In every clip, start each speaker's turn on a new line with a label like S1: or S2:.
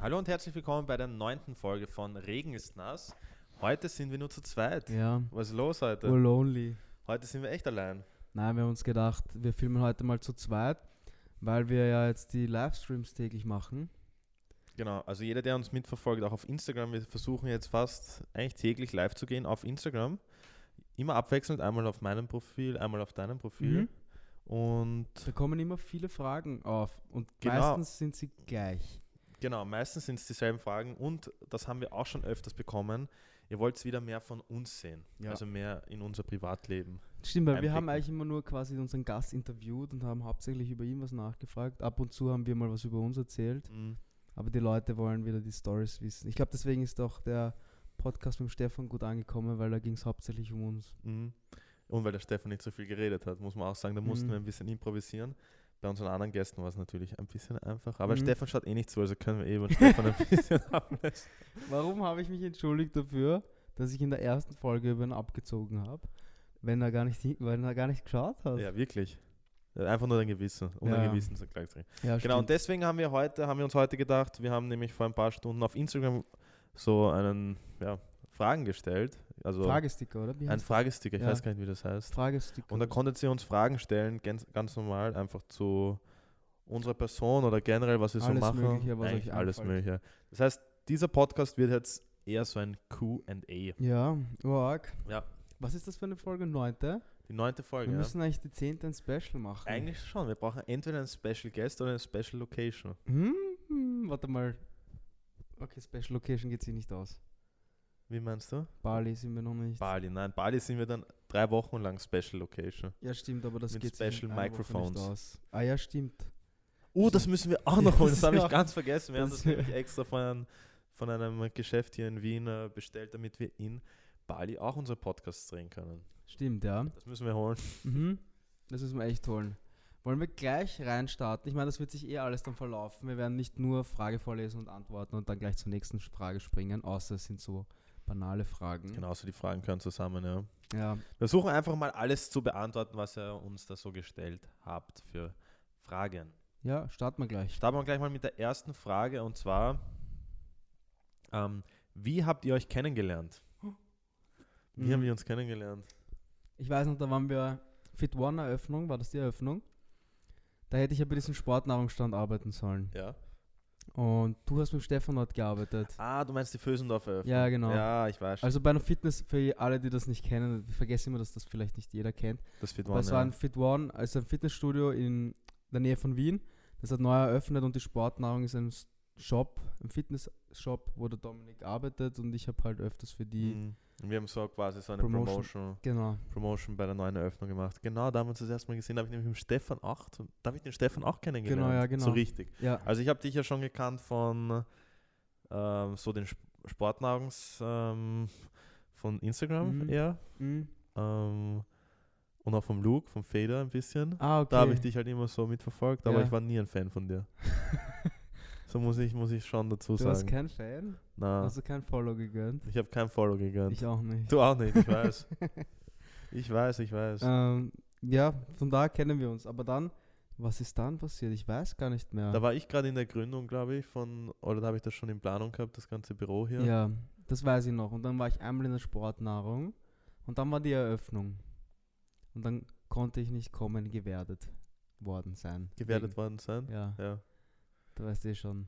S1: Hallo und herzlich willkommen bei der neunten Folge von Regen ist nass. Heute sind wir nur zu zweit.
S2: Ja,
S1: Was ist los heute?
S2: we're lonely.
S1: Heute sind wir echt allein.
S2: Nein, wir haben uns gedacht, wir filmen heute mal zu zweit, weil wir ja jetzt die Livestreams täglich machen.
S1: Genau, also jeder, der uns mitverfolgt, auch auf Instagram, wir versuchen jetzt fast eigentlich täglich live zu gehen auf Instagram. Immer abwechselnd, einmal auf meinem Profil, einmal auf deinem Profil.
S2: Mhm.
S1: Und
S2: Da kommen immer viele Fragen auf und
S1: Genau.
S2: meistens sind sie gleich.
S1: Genau, meistens sind es dieselben Fragen und das haben wir auch schon öfters bekommen. Ihr wollt wieder mehr von uns sehen,
S2: Ja.
S1: also mehr in unser Privatleben.
S2: Stimmt, weil wir
S1: Einblicken.
S2: haben eigentlich immer nur quasi unseren Gast interviewt und haben hauptsächlich über ihn was nachgefragt. Ab und zu haben wir mal was über uns erzählt, aber die Leute wollen wieder die Stories wissen. Ich glaube, deswegen ist auch der Podcast mit dem Stefan gut angekommen, weil da ging es hauptsächlich um uns.
S1: Mhm. Und weil der Stefan nicht so viel geredet hat, muss man auch sagen, da mussten
S2: Mhm.
S1: wir ein bisschen improvisieren. Bei unseren anderen Gästen war es natürlich ein bisschen einfach, aber
S2: Mhm.
S1: Stefan schaut eh nicht zu, also können wir eh über den Stefan ein bisschen ablässt.
S2: Warum habe ich mich entschuldigt dafür, dass ich in der ersten Folge über ihn abgezogen habe, wenn er gar nicht, hin- wenn er gar nicht geschaut hat?
S1: Ja, wirklich. Äh, Einfach nur dein Gewissen, ohne
S2: Also Ja.
S1: Gewissen zu gleich
S2: Ja,
S1: Genau, und deswegen haben wir heute, haben wir uns heute gedacht, wir haben nämlich vor ein paar Stunden auf Instagram so einen, ja, Fragen gestellt. Also
S2: Fragesticker, oder? Wie
S1: ein
S2: heißt
S1: Fragesticker, ich
S2: Ja.
S1: weiß gar nicht, wie das heißt.
S2: Fragesticker.
S1: Und da konntet ihr uns Fragen stellen, ganz, ganz normal, einfach zu unserer Person oder generell, was wir so
S2: Alles
S1: machen.
S2: Mögliche, was euch
S1: Eigentlich alles
S2: einfällt.
S1: Mögliche. Das heißt, dieser Podcast wird jetzt eher so ein QA.
S2: ja, org.
S1: Ja.
S2: Was ist das für eine Folge? Neunte?
S1: Die neunte Folge. ja.
S2: Wir müssen eigentlich die zehnte ein Special machen.
S1: Eigentlich schon. Wir brauchen entweder einen Special Guest oder eine Special Location.
S2: Hm, warte mal. Okay, Special Location geht sich nicht aus.
S1: Wie meinst du?
S2: Bali sind wir noch nicht.
S1: Bali. Nein, Bali sind wir dann drei Wochen lang Special Location.
S2: ja, stimmt, aber das
S1: Mit
S2: geht sich in
S1: Special
S2: einer Woche nicht
S1: Microphones.
S2: aus. Ah ja, stimmt.
S1: Oh, das müssen wir auch
S2: Ja,
S1: noch holen. Das
S2: das
S1: habe ich
S2: ja.
S1: ganz vergessen. Wir haben
S2: Das
S1: das
S2: ja.
S1: nämlich extra von einem, von einem Geschäft hier in Wien äh, bestellt, damit wir in Bali auch unsere Podcasts drehen können.
S2: Stimmt, ja.
S1: Das müssen wir holen.
S2: Mhm. Das müssen wir echt holen. Wollen wir gleich reinstarten? Ich meine, das wird sich eh alles dann verlaufen. Wir werden nicht nur Frage vorlesen und antworten und dann gleich zur nächsten Frage springen, außer es sind so banale Fragen.
S1: Genau, so die Fragen können zusammen, ja.
S2: Ja,
S1: Wir versuchen einfach mal alles zu beantworten, was ihr uns da so gestellt habt für Fragen.
S2: ja starten wir gleich.
S1: Starten wir gleich mal mit der ersten Frage und zwar, ähm, wie habt ihr euch kennengelernt? Wie
S2: Mhm.
S1: haben wir uns kennengelernt?
S2: Ich weiß noch, da waren wir Fit One Eröffnung, war das die Eröffnung? Da hätte ich ja bei diesem Sportnahrungsstand arbeiten sollen.
S1: Ja.
S2: Und du hast mit Stefan dort gearbeitet.
S1: Ah, du meinst die Fösendorf-Eröffnung?
S2: Ja, genau.
S1: Ja, ich weiß. schon.
S2: Also bei einer Fitness, für alle, die das nicht kennen, ich vergesse immer, dass das vielleicht nicht jeder kennt.
S1: das wird
S2: Aber es war ein Fit One, also ein Fitnessstudio in der Nähe von Wien. Das hat neu eröffnet und die Sportnahrung ist ein S- Shop, ein Fitnessshop, wo der Dominik arbeitet und ich habe halt öfters für die.
S1: Mhm. Und Wir haben so quasi so eine Promotion.
S2: Promotion. Genau.
S1: Promotion, bei der neuen Eröffnung gemacht. Genau, da haben wir uns das erste Mal gesehen, da habe ich nämlich mit dem Stefan auch, zu- da habe ich den Stefan auch kennengelernt.
S2: Genau, ja, genau.
S1: So richtig.
S2: Ja.
S1: Also ich habe dich ja schon gekannt von ähm, so den Sp- Sportnahrungs ähm, von Instagram
S2: Mhm.
S1: eher
S2: Mhm.
S1: ähm, und auch vom Luke, vom Feder ein bisschen.
S2: Ah, okay.
S1: Da habe ich dich halt immer so mitverfolgt, aber
S2: Ja.
S1: ich war nie ein Fan von dir. so muss ich, muss ich schon dazu
S2: Du warst
S1: sagen.
S2: kein Fan?
S1: Na,
S2: Hast du kein Follow gegönnt?
S1: ich habe kein Follow gegönnt.
S2: Ich auch nicht.
S1: Du auch nicht, ich weiß. ich weiß, ich weiß.
S2: ähm, ja, von da kennen wir uns. Aber dann, was ist dann passiert? Ich weiß gar nicht mehr.
S1: Da war ich gerade in der Gründung, glaube ich, von, oder da habe ich das schon in Planung gehabt, das ganze Büro hier.
S2: ja. das weiß ich noch. Und dann war ich einmal in der Sportnahrung und dann war die Eröffnung. Und dann konnte ich nicht kommen, gewertet worden sein.
S1: Gewertet worden sein.
S2: Wegen, ja,
S1: Ja.
S2: da weißt du eh schon.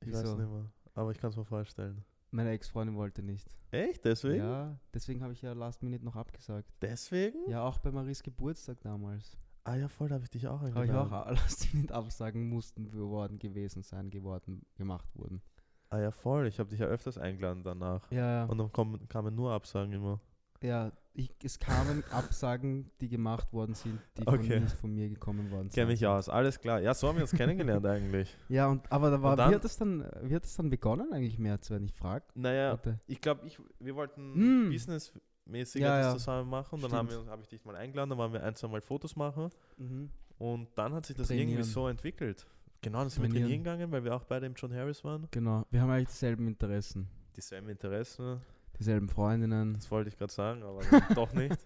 S1: Ich
S2: Wieso?
S1: weiß nicht mehr. Aber ich kann es mir vorstellen.
S2: Meine Ex-Freundin wollte nicht.
S1: Echt? Deswegen?
S2: Ja, deswegen habe ich ja Last Minute noch abgesagt.
S1: Deswegen?
S2: Ja, auch bei Maries Geburtstag damals.
S1: Ah ja, voll, da habe ich dich auch
S2: Habe ich
S1: eingeladen.
S2: auch a- Last Minute absagen mussten geworden gewesen sein, geworden, gemacht wurden.
S1: Ah ja, voll, ich habe dich ja öfters eingeladen danach.
S2: Ja, ja.
S1: Und dann kommen, kamen nur Absagen immer.
S2: ja ich, es kamen Absagen, die gemacht worden sind, die von,
S1: Okay.
S2: nicht von mir gekommen worden sind.
S1: Kenn mich aus, alles klar. Ja, so haben wir uns kennengelernt eigentlich.
S2: Ja, und aber da war,
S1: dann-
S2: wie, hat das dann, wie hat das dann begonnen eigentlich März, wenn ich frage?
S1: Naja,
S2: Warte.
S1: ich glaube, ich, wir wollten
S2: Mm.
S1: businessmäßig
S2: Ja,
S1: etwas
S2: ja.
S1: zusammen machen. Dann haben wir,
S2: Stimmt.
S1: habe ich dich mal eingeladen, dann waren wir ein, zwei Mal Fotos machen.
S2: Mhm.
S1: Und dann hat sich das irgendwie
S2: Trainieren.
S1: so entwickelt. Genau, dann sind wir trainieren
S2: Trainieren.
S1: gegangen, weil wir auch beide im John Harris waren.
S2: Genau, wir haben eigentlich dieselben Interessen,
S1: Dieselben Interessen,
S2: dieselben Freundinnen.
S1: das wollte ich gerade sagen, aber dann doch nicht.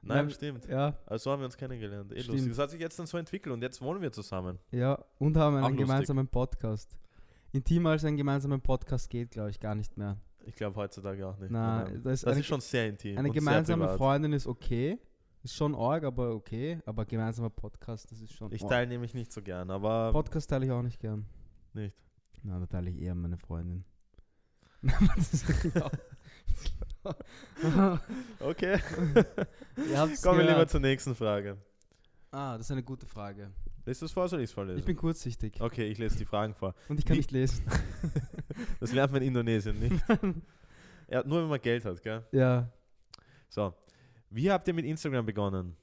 S1: Nein,
S2: Nein,
S1: stimmt.
S2: Ja,
S1: Also so haben wir uns kennengelernt. Eh lustig.
S2: Stimmt.
S1: Das hat sich jetzt dann so entwickelt und jetzt wohnen wir zusammen.
S2: ja. Und haben einen
S1: Auch lustig.
S2: gemeinsamen Podcast. Intimer als einen gemeinsamen Podcast geht, glaube ich, gar nicht mehr.
S1: Ich glaube heutzutage auch nicht.
S2: Na,
S1: Nein.
S2: das ist
S1: genau. das
S2: eine-
S1: ist schon sehr intim.
S2: Eine
S1: und sehr
S2: gemeinsame
S1: privat.
S2: Freundin ist okay. Ist schon arg, aber okay. Aber gemeinsamer Podcast, das ist schon.
S1: Ich
S2: arg.
S1: teile nämlich nicht so gern, aber
S2: Podcast teile ich auch nicht gern.
S1: nicht.
S2: Nein, da teile ich eher meine Freundin. das ist genau.
S1: Okay,
S2: Ihr habt's
S1: kommen wir lieber
S2: gehört.
S1: zur nächsten Frage.
S2: Ah, das ist eine gute Frage.
S1: Ist das vor, soll ich es vorlesen?
S2: Ich bin kurzsichtig
S1: okay, ich lese die Fragen vor.
S2: und ich kann
S1: wie-
S2: nicht lesen.
S1: Das lernt man in Indonesien nicht. ja, nur wenn man Geld hat, gell?
S2: Ja.
S1: So. Wie habt ihr mit Instagram begonnen?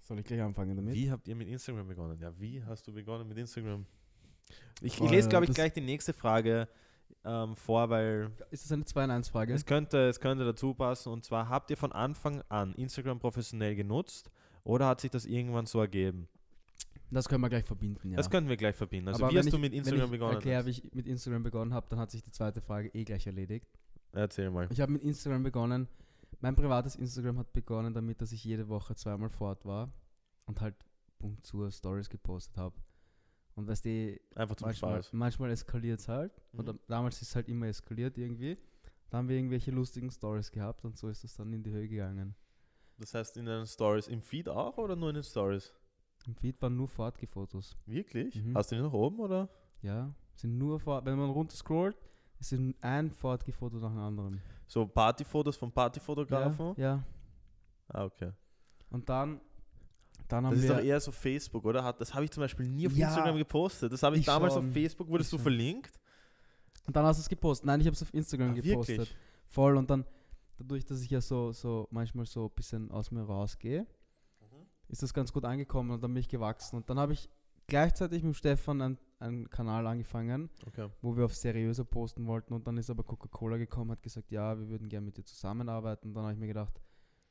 S2: Soll ich gleich anfangen damit?
S1: Wie habt ihr mit Instagram begonnen? Ja, wie hast du begonnen mit Instagram? Ich, ich
S2: Boah,
S1: lese,
S2: ja,
S1: glaube ich,
S2: das-
S1: gleich die nächste Frage ähm, vor, weil
S2: Ist das eine 2 in 1 Frage?
S1: es könnte, es könnte dazu passen. Und zwar, habt ihr von Anfang an Instagram professionell genutzt oder hat sich das irgendwann so ergeben?
S2: Das können wir gleich verbinden, ja.
S1: Das könnten wir gleich verbinden. Also,
S2: Aber
S1: wie
S2: wenn
S1: hast du
S2: ich-
S1: mit Instagram
S2: Wenn ich
S1: begonnen?
S2: erkläre, wie ich mit Instagram begonnen habe, dann hat sich die zweite Frage eh gleich erledigt.
S1: Erzähl mal.
S2: Ich habe mit Instagram begonnen. Mein privates Instagram hat begonnen damit, dass ich jede Woche zweimal fort war und halt Punkt zur Stories gepostet habe. Und weißt du,
S1: Einfach zum
S2: manchmal,
S1: Spaß.
S2: manchmal eskaliert es halt.
S1: Mhm.
S2: Oder damals ist es halt immer eskaliert irgendwie. Da haben wir irgendwelche lustigen Stories gehabt und so ist das dann in die Höhe gegangen.
S1: Das heißt, in den Stories, im Feed auch oder nur in den Stories?
S2: Im Feed waren nur Fortgefotos.
S1: Wirklich?
S2: Mhm.
S1: Hast du die noch oben oder?
S2: Ja, sind nur Fort. Wenn man runter scrollt, ist ein Fortgefoto nach dem anderen.
S1: So Partyfotos von Partyfotografen?
S2: Ja, ja.
S1: Ah, okay.
S2: Und dann, dann haben
S1: Das ist
S2: wir.
S1: doch eher so Facebook, oder? Hat, das habe ich zum Beispiel nie auf
S2: Ja.
S1: Instagram gepostet. Das habe ich,
S2: Ich
S1: damals
S2: schon.
S1: auf Facebook, wurdest
S2: Ich
S1: du
S2: schon.
S1: verlinkt?
S2: und dann hast du es gepostet. Nein, ich habe es auf Instagram
S1: Ah,
S2: gepostet.
S1: wirklich?
S2: Voll. Und dann, dadurch, dass ich ja so, so manchmal so ein bisschen aus mir rausgehe,
S1: Mhm.
S2: ist das ganz gut angekommen und dann bin ich gewachsen. Und dann habe ich gleichzeitig mit Stefan einen, einen Kanal angefangen,
S1: Okay.
S2: wo wir auf seriöser posten wollten. Und dann ist aber Coca-Cola gekommen, hat gesagt, ja, wir würden gerne mit dir zusammenarbeiten. Und dann habe ich mir gedacht,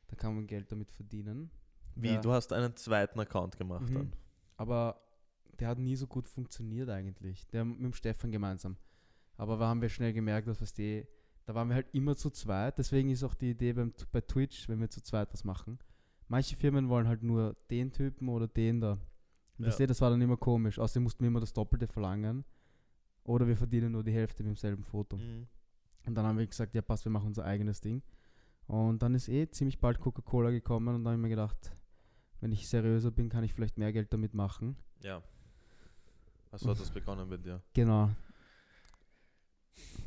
S2: da kann man Geld damit verdienen.
S1: Wie,
S2: Ja.
S1: du hast einen zweiten Account gemacht
S2: Mhm.
S1: dann?
S2: Aber der hat nie so gut funktioniert eigentlich. Der mit dem Stefan gemeinsam. Aber da haben wir schnell gemerkt, dass was die, da waren wir halt immer zu zweit. Deswegen ist auch die Idee beim, bei Twitch, wenn wir zu zweit das machen. Manche Firmen wollen halt nur den Typen oder den da. Und
S1: Ja.
S2: das, das war dann immer komisch. Außerdem mussten wir immer das Doppelte verlangen. Oder wir verdienen nur die Hälfte mit demselben Foto.
S1: Mhm.
S2: Und dann haben wir gesagt, ja passt, wir machen unser eigenes Ding. Und dann ist eh ziemlich bald Coca-Cola gekommen und dann habe ich mir gedacht, wenn ich seriöser bin, kann ich vielleicht mehr Geld damit machen.
S1: Ja. Also hat das begonnen bei dir?
S2: Genau.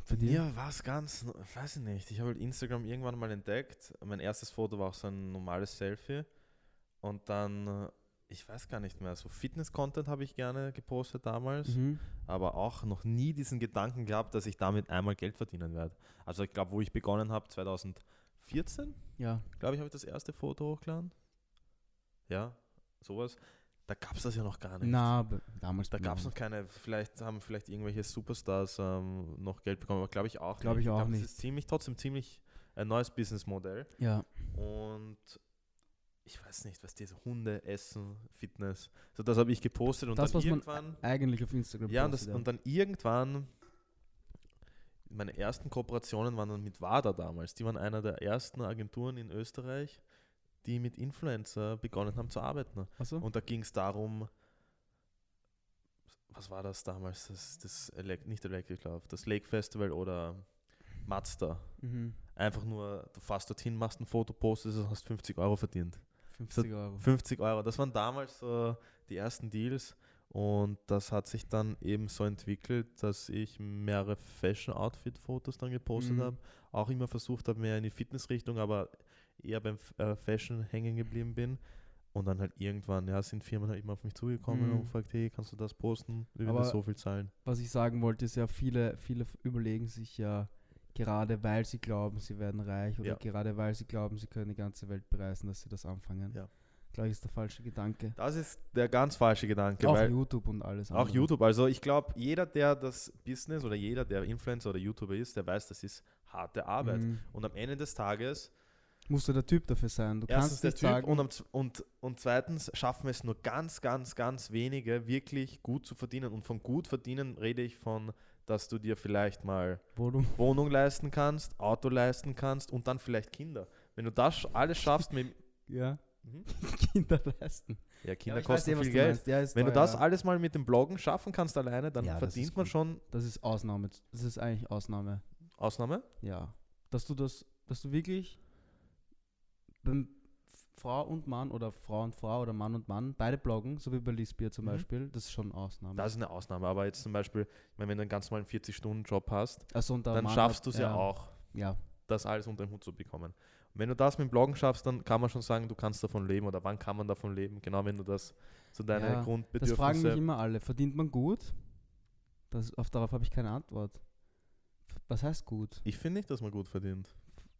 S1: Bei
S2: Bei dir?
S1: mir war es ganz, n- weiß ich nicht. Ich habe halt Instagram irgendwann mal entdeckt. Mein erstes Foto war auch so ein normales Selfie. Und dann, äh, ich weiß gar nicht mehr, so Fitness-Content habe ich gerne gepostet damals.
S2: Mhm.
S1: aber auch noch nie diesen Gedanken gehabt, dass ich damit einmal Geld verdienen werde. Also ich glaube, wo ich begonnen habe, 2014,
S2: Ja.
S1: glaube ich, habe ich das erste Foto hochgeladen. Ja, sowas. Da gab es das ja noch gar nicht.
S2: Na, aber damals.
S1: Da gab es noch
S2: noch.
S1: keine, vielleicht haben vielleicht irgendwelche Superstars ähm, noch Geld bekommen, aber glaube ich auch
S2: Glaub ich auch
S1: glaub,
S2: nicht.
S1: Das ist ziemlich, trotzdem ziemlich ein neues Businessmodell.
S2: Ja.
S1: Und ich weiß nicht, was diese Hunde essen, Fitness. So, das habe ich gepostet und
S2: Das,
S1: dann
S2: was man
S1: irgendwann.
S2: Eigentlich auf Instagram.
S1: Ja, und, das,
S2: postet,
S1: und dann irgendwann, meine ersten Kooperationen waren dann mit WADA damals. Die waren einer der ersten Agenturen in Österreich, die mit Influencer begonnen haben zu arbeiten.
S2: Achso.
S1: Und da ging es darum, was war das damals? Das, das Elec- nicht Electric Love, das Lake Festival oder Mazda.
S2: Mhm.
S1: Einfach nur, du fährst dorthin, machst ein Foto, postest es und hast 50 Euro verdient.
S2: 50 Euro.
S1: 50 Euro. Das waren damals so die ersten Deals. Und das hat sich dann eben so entwickelt, dass ich mehrere Fashion-Outfit-Fotos dann gepostet
S2: Mhm.
S1: habe. Auch immer versucht habe, mehr in die Fitness-Richtung, aber eher beim F- äh, Fashion hängen geblieben bin. Und dann halt irgendwann, ja, sind Firmen halt immer auf mich zugekommen
S2: Mhm.
S1: und gefragt, hey, kannst du das posten? Wir würden
S2: Aber-
S1: dir so viel zahlen.
S2: Was ich sagen wollte, ist ja, viele, viele f- überlegen sich ja, gerade weil sie glauben, sie werden reich oder
S1: Ja.
S2: gerade weil sie glauben, sie können die ganze Welt bereisen, dass sie das anfangen.
S1: Ja.
S2: Glaube ich, ist der falsche Gedanke.
S1: Das ist der ganz falsche Gedanke.
S2: auch
S1: weil-
S2: YouTube und alles
S1: Auch YouTube. Also ich glaube, jeder, der das Business oder jeder, der Influencer oder YouTuber ist, der weiß, das ist harte Arbeit.
S2: Mhm.
S1: Und am Ende des Tages,
S2: Musst du der Typ dafür sein. Du
S1: erstens
S2: kannst
S1: der
S2: nicht
S1: Typ
S2: sagen.
S1: und, am, Z- und, und zweitens schaffen es nur ganz, ganz, ganz wenige, wirklich gut zu verdienen. Und von gut verdienen rede ich von, dass du dir vielleicht mal
S2: wo du,
S1: Wohnung leisten kannst, Auto leisten kannst und dann vielleicht Kinder. Wenn du das sch- alles schaffst mit.
S2: Ja.
S1: Mhm.
S2: Kinder leisten.
S1: Ja,
S2: Ja,
S1: Kinder
S2: aber ich weiß eh,
S1: kosten
S2: was
S1: viel
S2: du
S1: Geld.
S2: meinst. Ja, ist
S1: Wenn du
S2: teuer,
S1: das
S2: ja.
S1: alles mal mit dem Bloggen schaffen kannst alleine, dann
S2: Ja, das
S1: verdient
S2: ist
S1: man
S2: gut.
S1: schon
S2: Das ist Ausnahme. Das ist eigentlich Ausnahme.
S1: Ausnahme.
S2: Ja. Dass du das, dass du wirklich beim F- Frau und Mann oder Frau und Frau oder Mann und Mann, beide bloggen, so wie bei Lisbier zum
S1: Mhm.
S2: Beispiel, das ist schon Ausnahme.
S1: Das ist eine Ausnahme. Aber jetzt zum Beispiel, ich meine, wenn du einen ganz normalen 40-Stunden-Job hast,
S2: also und der
S1: dann
S2: Mann
S1: schaffst
S2: hat-
S1: du es ja. auch,
S2: Ja,
S1: das alles unter den Hut zu bekommen. Und wenn du das mit dem Bloggen schaffst, dann kann man schon sagen, du kannst davon leben oder wann kann man davon leben, genau wenn du das zu deinen
S2: Ja, das
S1: Grundbedürfnissen.
S2: fragen mich immer alle. Verdient man gut? Das, auf darauf habe ich keine Antwort. F- Was heißt gut?
S1: ich finde nicht, dass man gut verdient.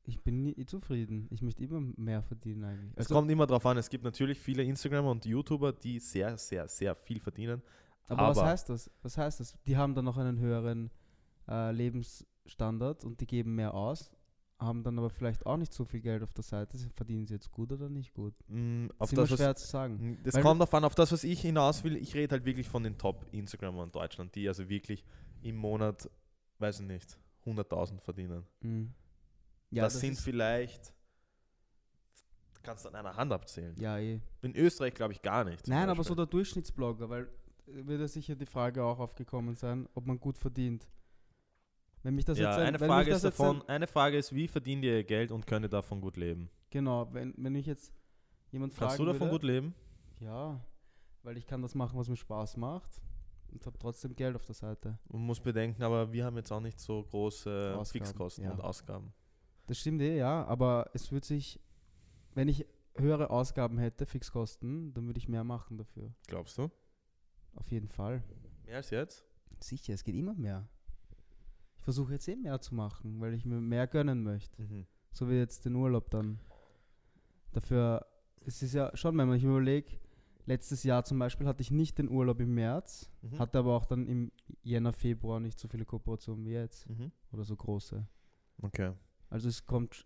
S2: Ich bin nie zufrieden. Ich möchte immer mehr verdienen eigentlich.
S1: Es
S2: Also-
S1: kommt immer drauf an. Es gibt natürlich viele Instagramer und YouTuber, die sehr, sehr, sehr viel verdienen.
S2: Aber, was
S1: Aber-
S2: heißt das? Was heißt das? Die haben dann noch einen höheren äh, Lebensstandard und die geben mehr aus, haben dann aber vielleicht auch nicht so viel Geld auf der Seite. Sie- Verdienen sie jetzt gut oder nicht gut?
S1: Mm, Auf
S2: ist immer
S1: das, was,
S2: schwer zu sagen.
S1: Mm, das
S2: Weil-
S1: kommt drauf an, auf das, was ich hinaus will. Ich rede halt wirklich von den Top-Instagramern in Deutschland, die also wirklich im Monat, weiß ich nicht, 100.000 verdienen.
S2: Mhm.
S1: das, sind
S2: ist-
S1: vielleicht, kannst du an einer Hand abzählen.
S2: Ja, eh.
S1: In Österreich glaube ich gar nicht. zum
S2: Nein, aber so
S1: Beispiel.
S2: der Durchschnittsblogger, weil äh, wird ja sicher die Frage auch aufgekommen sein, ob man gut verdient. Wenn mich das
S1: ja,
S2: jetzt ein-
S1: eine,
S2: wenn
S1: Frage
S2: mich
S1: ist
S2: das jetzt ein-
S1: davon, eine Frage ist, wie verdient ihr ihr Geld und könnt ihr davon gut leben?
S2: Genau, wenn, wenn ich jetzt jemand
S1: Kannst du
S2: fragen
S1: davon
S2: würde,
S1: gut leben?
S2: Ja, weil ich kann das machen, was mir Spaß macht und habe trotzdem Geld auf der Seite.
S1: Man muss bedenken, aber wir haben jetzt auch nicht so große
S2: Ausgaben,
S1: Fixkosten
S2: ja.
S1: und Ausgaben.
S2: Das stimmt eh, ja, aber es würde sich, wenn ich höhere Ausgaben hätte, Fixkosten, dann würde ich mehr machen dafür.
S1: Glaubst du?
S2: Auf jeden Fall.
S1: Mehr als jetzt?
S2: Sicher, es geht immer mehr. Ich versuche jetzt eh mehr zu machen, weil ich mir mehr gönnen möchte.
S1: Mhm.
S2: So wie jetzt den Urlaub dann. Dafür, es ist ja schon, wenn man sich überlegt, letztes Jahr zum Beispiel hatte ich nicht den Urlaub im März,
S1: Mhm.
S2: hatte aber auch dann im Jänner, Februar nicht so viele Kooperationen wie jetzt
S1: Mhm.
S2: oder so große.
S1: Okay.
S2: Also es kommt,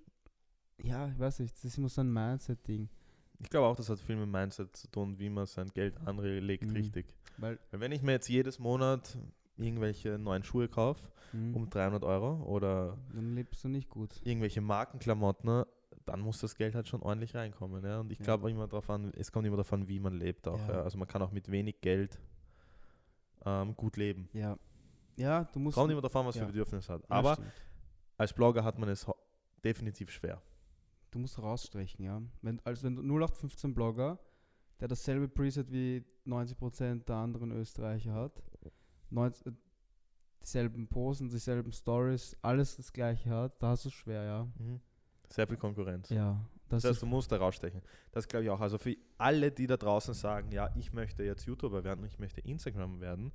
S2: ja, ich weiß nicht, das ist immer so ein Mindset-Ding.
S1: Ich glaube auch, das hat viel mit Mindset zu tun, wie man sein Geld anlegt,
S2: Mhm.
S1: richtig.
S2: Weil,
S1: Weil wenn ich mir jetzt jedes Monat irgendwelche neuen Schuhe kaufe
S2: mhm,
S1: um 300 Euro oder
S2: dann lebst du nicht gut.
S1: irgendwelche Markenklamotten, ne, dann muss das Geld halt schon ordentlich reinkommen. Ja? Und ich
S2: Ja.
S1: glaube immer darauf an, es kommt immer darauf an, wie man lebt auch.
S2: Ja.
S1: Ja. Also man kann auch mit wenig Geld ähm, gut leben.
S2: Ja. Ja, du musst.
S1: Kommt immer darauf an, was
S2: ja.
S1: für Bedürfnisse hat.
S2: Ja,
S1: Aber
S2: stimmt.
S1: als Blogger hat man es ho- definitiv schwer.
S2: Du musst rausstrechen, ja. Wenn, als wenn du 0815 Blogger, der dasselbe Preset wie 90% der anderen Österreicher hat, 90, äh, dieselben Posen, dieselben Stories, alles das gleiche hat, da hast du es schwer, ja.
S1: Sehr viel Konkurrenz.
S2: Ja, das,
S1: Das heißt,
S2: ist
S1: du musst da rausstechen. Das glaube ich auch. Also für alle, die da draußen sagen, ja, ich möchte jetzt YouTuber werden, ich möchte Instagram werden,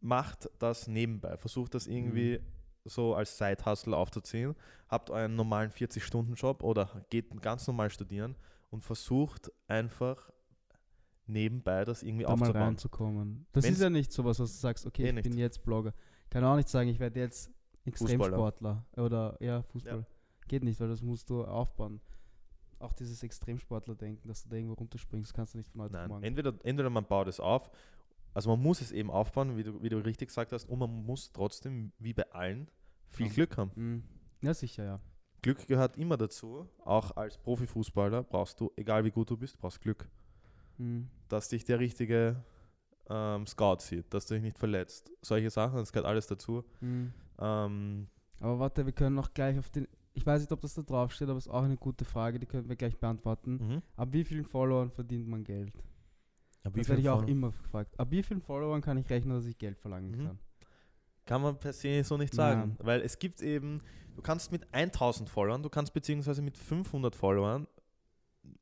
S1: macht das nebenbei. Versucht das irgendwie
S2: Mhm.
S1: so als Side-Hustle aufzuziehen. Habt euren normalen 40-Stunden-Job oder geht ganz normal studieren und versucht einfach nebenbei das irgendwie
S2: da mal
S1: aufzubauen.
S2: reinzukommen. Das
S1: Wenn's-
S2: ist ja nicht sowas, was du sagst, okay,
S1: Eh
S2: ich
S1: nicht.
S2: bin jetzt Blogger. Kann auch nicht sagen, ich werde jetzt Extremsportler oder ja, Fußball. Geht nicht, weil das musst du aufbauen. Auch dieses Extremsportler-Denken, dass du da irgendwo runterspringst, kannst du nicht von heute auf
S1: Nein,
S2: morgen.
S1: entweder, entweder man baut es auf, also man muss es eben aufbauen, wie du, wie du richtig gesagt hast, und man muss trotzdem, wie bei allen, viel
S2: Ja.
S1: Glück haben.
S2: Mhm. Ja, sicher, ja.
S1: Glück gehört immer dazu. Auch als Profifußballer brauchst du, egal wie gut du bist, brauchst Glück.
S2: Mhm.
S1: Dass dich der richtige ähm, Scout sieht, dass du dich nicht verletzt. Solche Sachen, das gehört alles dazu.
S2: Mhm.
S1: Ähm,
S2: Aber warte, wir können noch gleich auf den. Ich weiß nicht, ob das da draufsteht, aber es ist auch eine gute Frage, die können wir gleich
S1: Hm.
S2: beantworten.
S1: mhm.
S2: Ab wie vielen Followern verdient man Geld?
S1: Aber
S2: das werde ich auch immer gefragt. Ab wie vielen Followern kann ich rechnen, dass ich Geld verlangen
S1: Mhm.
S2: kann?
S1: Kann man per se so nicht sagen.
S2: Nein.
S1: Weil es gibt eben, du kannst mit 1000 Followern, du kannst beziehungsweise mit 500 Followern,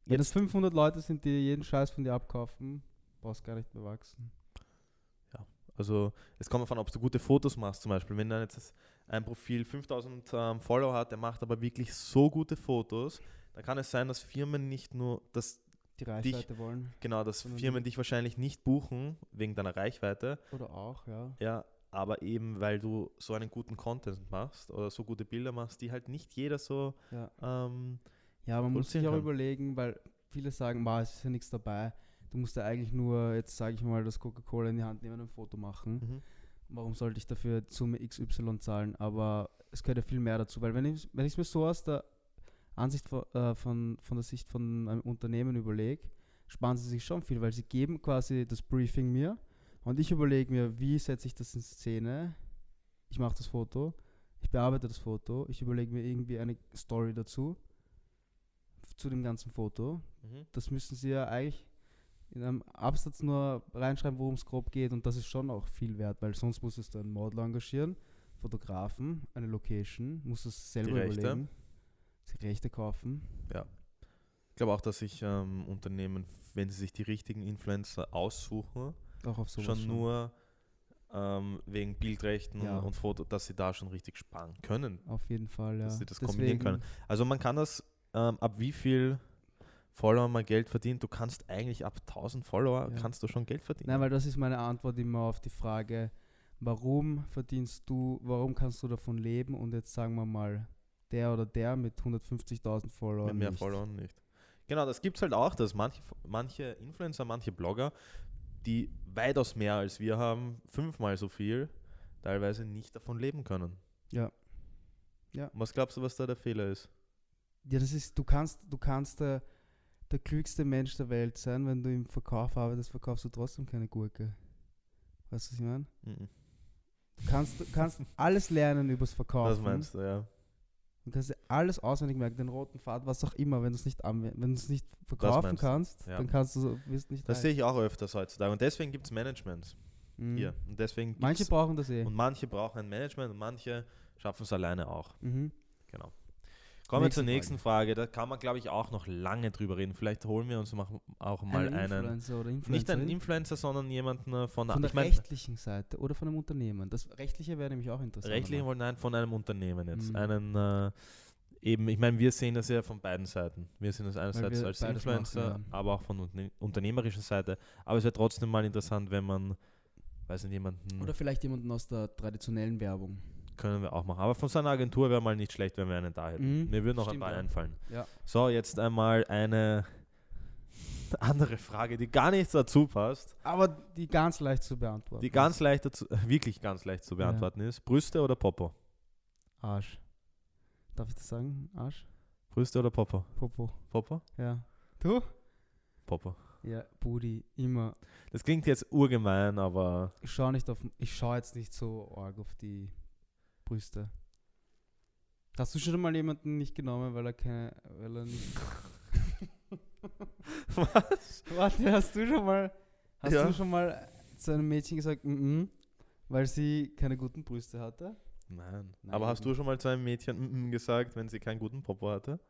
S2: Wenn es 500 Leute sind, die jeden Scheiß von dir abkaufen, brauchst gar nicht mehr wachsen.
S1: also es kommt davon, ob du gute Fotos machst zum Beispiel. Wenn dann jetzt das- ein Profil 5000 ähm, Follower hat, der macht aber wirklich so gute Fotos, dann kann es sein, dass Firmen nicht nur, dass
S2: Die Reichweite wollen.
S1: Genau, dass
S2: sondern
S1: Firmen dich wahrscheinlich nicht buchen wegen deiner Reichweite,
S2: Oder auch, ja.
S1: ja, aber eben weil du so einen guten Content machst oder so gute Bilder machst, die halt nicht jeder so.
S2: Ja,
S1: Ähm,
S2: ja man
S1: Produzieren
S2: muss sich halt- auch
S1: kann.
S2: überlegen, weil viele sagen, "Ma, es ist ja nichts dabei. Du musst ja eigentlich nur, jetzt sage ich mal, das Coca-Cola in die Hand nehmen und ein Foto machen.
S1: mhm.
S2: warum sollte ich dafür Summe XY zahlen? Aber es gehört ja viel mehr dazu, weil wenn ich es wenn ich's mir so aus der Ansicht von, äh, von, von der Sicht von einem Unternehmen überlege, sparen sie sich schon viel, weil sie geben quasi das Briefing mir und ich überlege mir, wie setze ich das in Szene. Ich mache das Foto, ich bearbeite das Foto, ich überlege mir irgendwie eine Story dazu, zu dem ganzen Foto.
S1: Mhm.
S2: Das müssen sie ja eigentlich in einem Absatz nur reinschreiben, worum es grob geht und das ist schon auch viel wert, weil sonst muss es dann Model engagieren, Fotografen, eine Location, muss es selber
S1: Die Rechte.
S2: überlegen, die Rechte kaufen.
S1: Ich glaube auch, dass sich ähm, Unternehmen, wenn sie sich die richtigen Influencer aussuchen,
S2: Auch auf sowas
S1: schon, nur ähm, wegen Bildrechten
S2: Ja.
S1: und, und Foto, dass sie da schon richtig sparen können.
S2: Auf jeden Fall, ja.
S1: Dass sie das kombinieren können. Also man kann das, ähm, ab wie viel Follower man Geld verdient, du kannst eigentlich ab 1000 Follower,
S2: Ja.
S1: kannst du schon Geld verdienen.
S2: Nein, weil das ist meine Antwort immer auf die Frage, warum verdienst du, warum kannst du davon leben und jetzt sagen wir mal, der oder der mit 150.000 Followern.
S1: Mit mehr
S2: nicht.
S1: Followern nicht. Genau, das gibt es halt auch, dass manche, manche Influencer, manche Blogger, die weitaus mehr als wir haben, fünfmal so viel, teilweise nicht davon leben können.
S2: Ja. Ja.
S1: Und was glaubst du, was da der Fehler ist?
S2: Ja, das ist, du kannst, du kannst der, der klügste Mensch der Welt sein, wenn du im Verkauf arbeitest, verkaufst du trotzdem keine Gurke. Weißt du, was ich meine?
S1: Mhm.
S2: Du kannst, du kannst alles lernen übers Verkaufen.
S1: Das meinst du, ja.
S2: Du kannst dir alles auswendig merken, den roten Faden, was auch immer, wenn du es nicht anwe- wenn du es nicht verkaufen
S1: meinst du,
S2: kannst,
S1: ja.
S2: dann kannst du so- wirst nicht
S1: Das
S2: reich.
S1: sehe ich auch öfters heutzutage. Und deswegen gibt es Managements
S2: Mhm.
S1: hier. Und deswegen gibt's-
S2: Manche brauchen das eh.
S1: und manche brauchen ein Management und manche schaffen es alleine auch.
S2: Mhm.
S1: Genau. Kommen wir
S2: Nächste
S1: zur nächsten Frage. Da kann man, glaube ich, auch noch lange drüber reden. Vielleicht holen wir uns machen auch mal
S2: Ein
S1: einen.
S2: Influencer oder
S1: Nicht einen
S2: Influencerin.
S1: Influencer, sondern jemanden äh, von,
S2: von der
S1: ich mein,
S2: rechtlichen Seite oder von einem Unternehmen. Das rechtliche wäre nämlich auch interessant.
S1: rechtlich
S2: aber.
S1: wollen, nein, von einem Unternehmen jetzt.
S2: Mhm.
S1: Einen, äh, eben, ich meine, wir sehen das ja von beiden Seiten. Wir sehen das einerseits
S2: wir
S1: als
S2: beides machen,
S1: Influencer,
S2: ja.
S1: aber auch von unterne unternehmerischer Seite. Aber es wäre trotzdem mal interessant, wenn man, weiß nicht, jemanden
S2: oder vielleicht jemanden aus der traditionellen Werbung.
S1: können wir auch machen. Aber von so einer Agentur wäre mal nicht schlecht, wenn wir einen da hätten.
S2: Mhm.
S1: Mir würden noch ein
S2: Stimmt,
S1: paar
S2: ja.
S1: einfallen.
S2: Ja.
S1: So, jetzt einmal eine andere Frage, die gar nichts dazu passt,
S2: Aber die ganz leicht zu beantworten.
S1: die
S2: ist.
S1: ganz leicht dazu, wirklich ganz leicht zu
S2: Ja.
S1: beantworten ist. Brüste oder Popo?
S2: Arsch. Darf ich das sagen? Arsch?
S1: Brüste oder Popo?
S2: Popo.
S1: Popo?
S2: Ja. Du?
S1: Popo.
S2: Ja, Booty. Immer.
S1: Das klingt jetzt urgemein, aber
S2: Ich schaue nicht auf. Ich schaue jetzt nicht so arg auf die Brüste. Hast du schon mal jemanden nicht genommen, weil er keine. Weil er nicht.
S1: was?
S2: Warte, hast du schon mal. Hast
S1: Ja.
S2: du schon mal zu einem Mädchen gesagt, mm -mm, weil sie keine guten Brüste hatte?
S1: Nein.
S2: Nein,
S1: Aber hast
S2: eben.
S1: du schon mal zu einem Mädchen mm -mm gesagt, wenn sie keinen guten Popo hatte?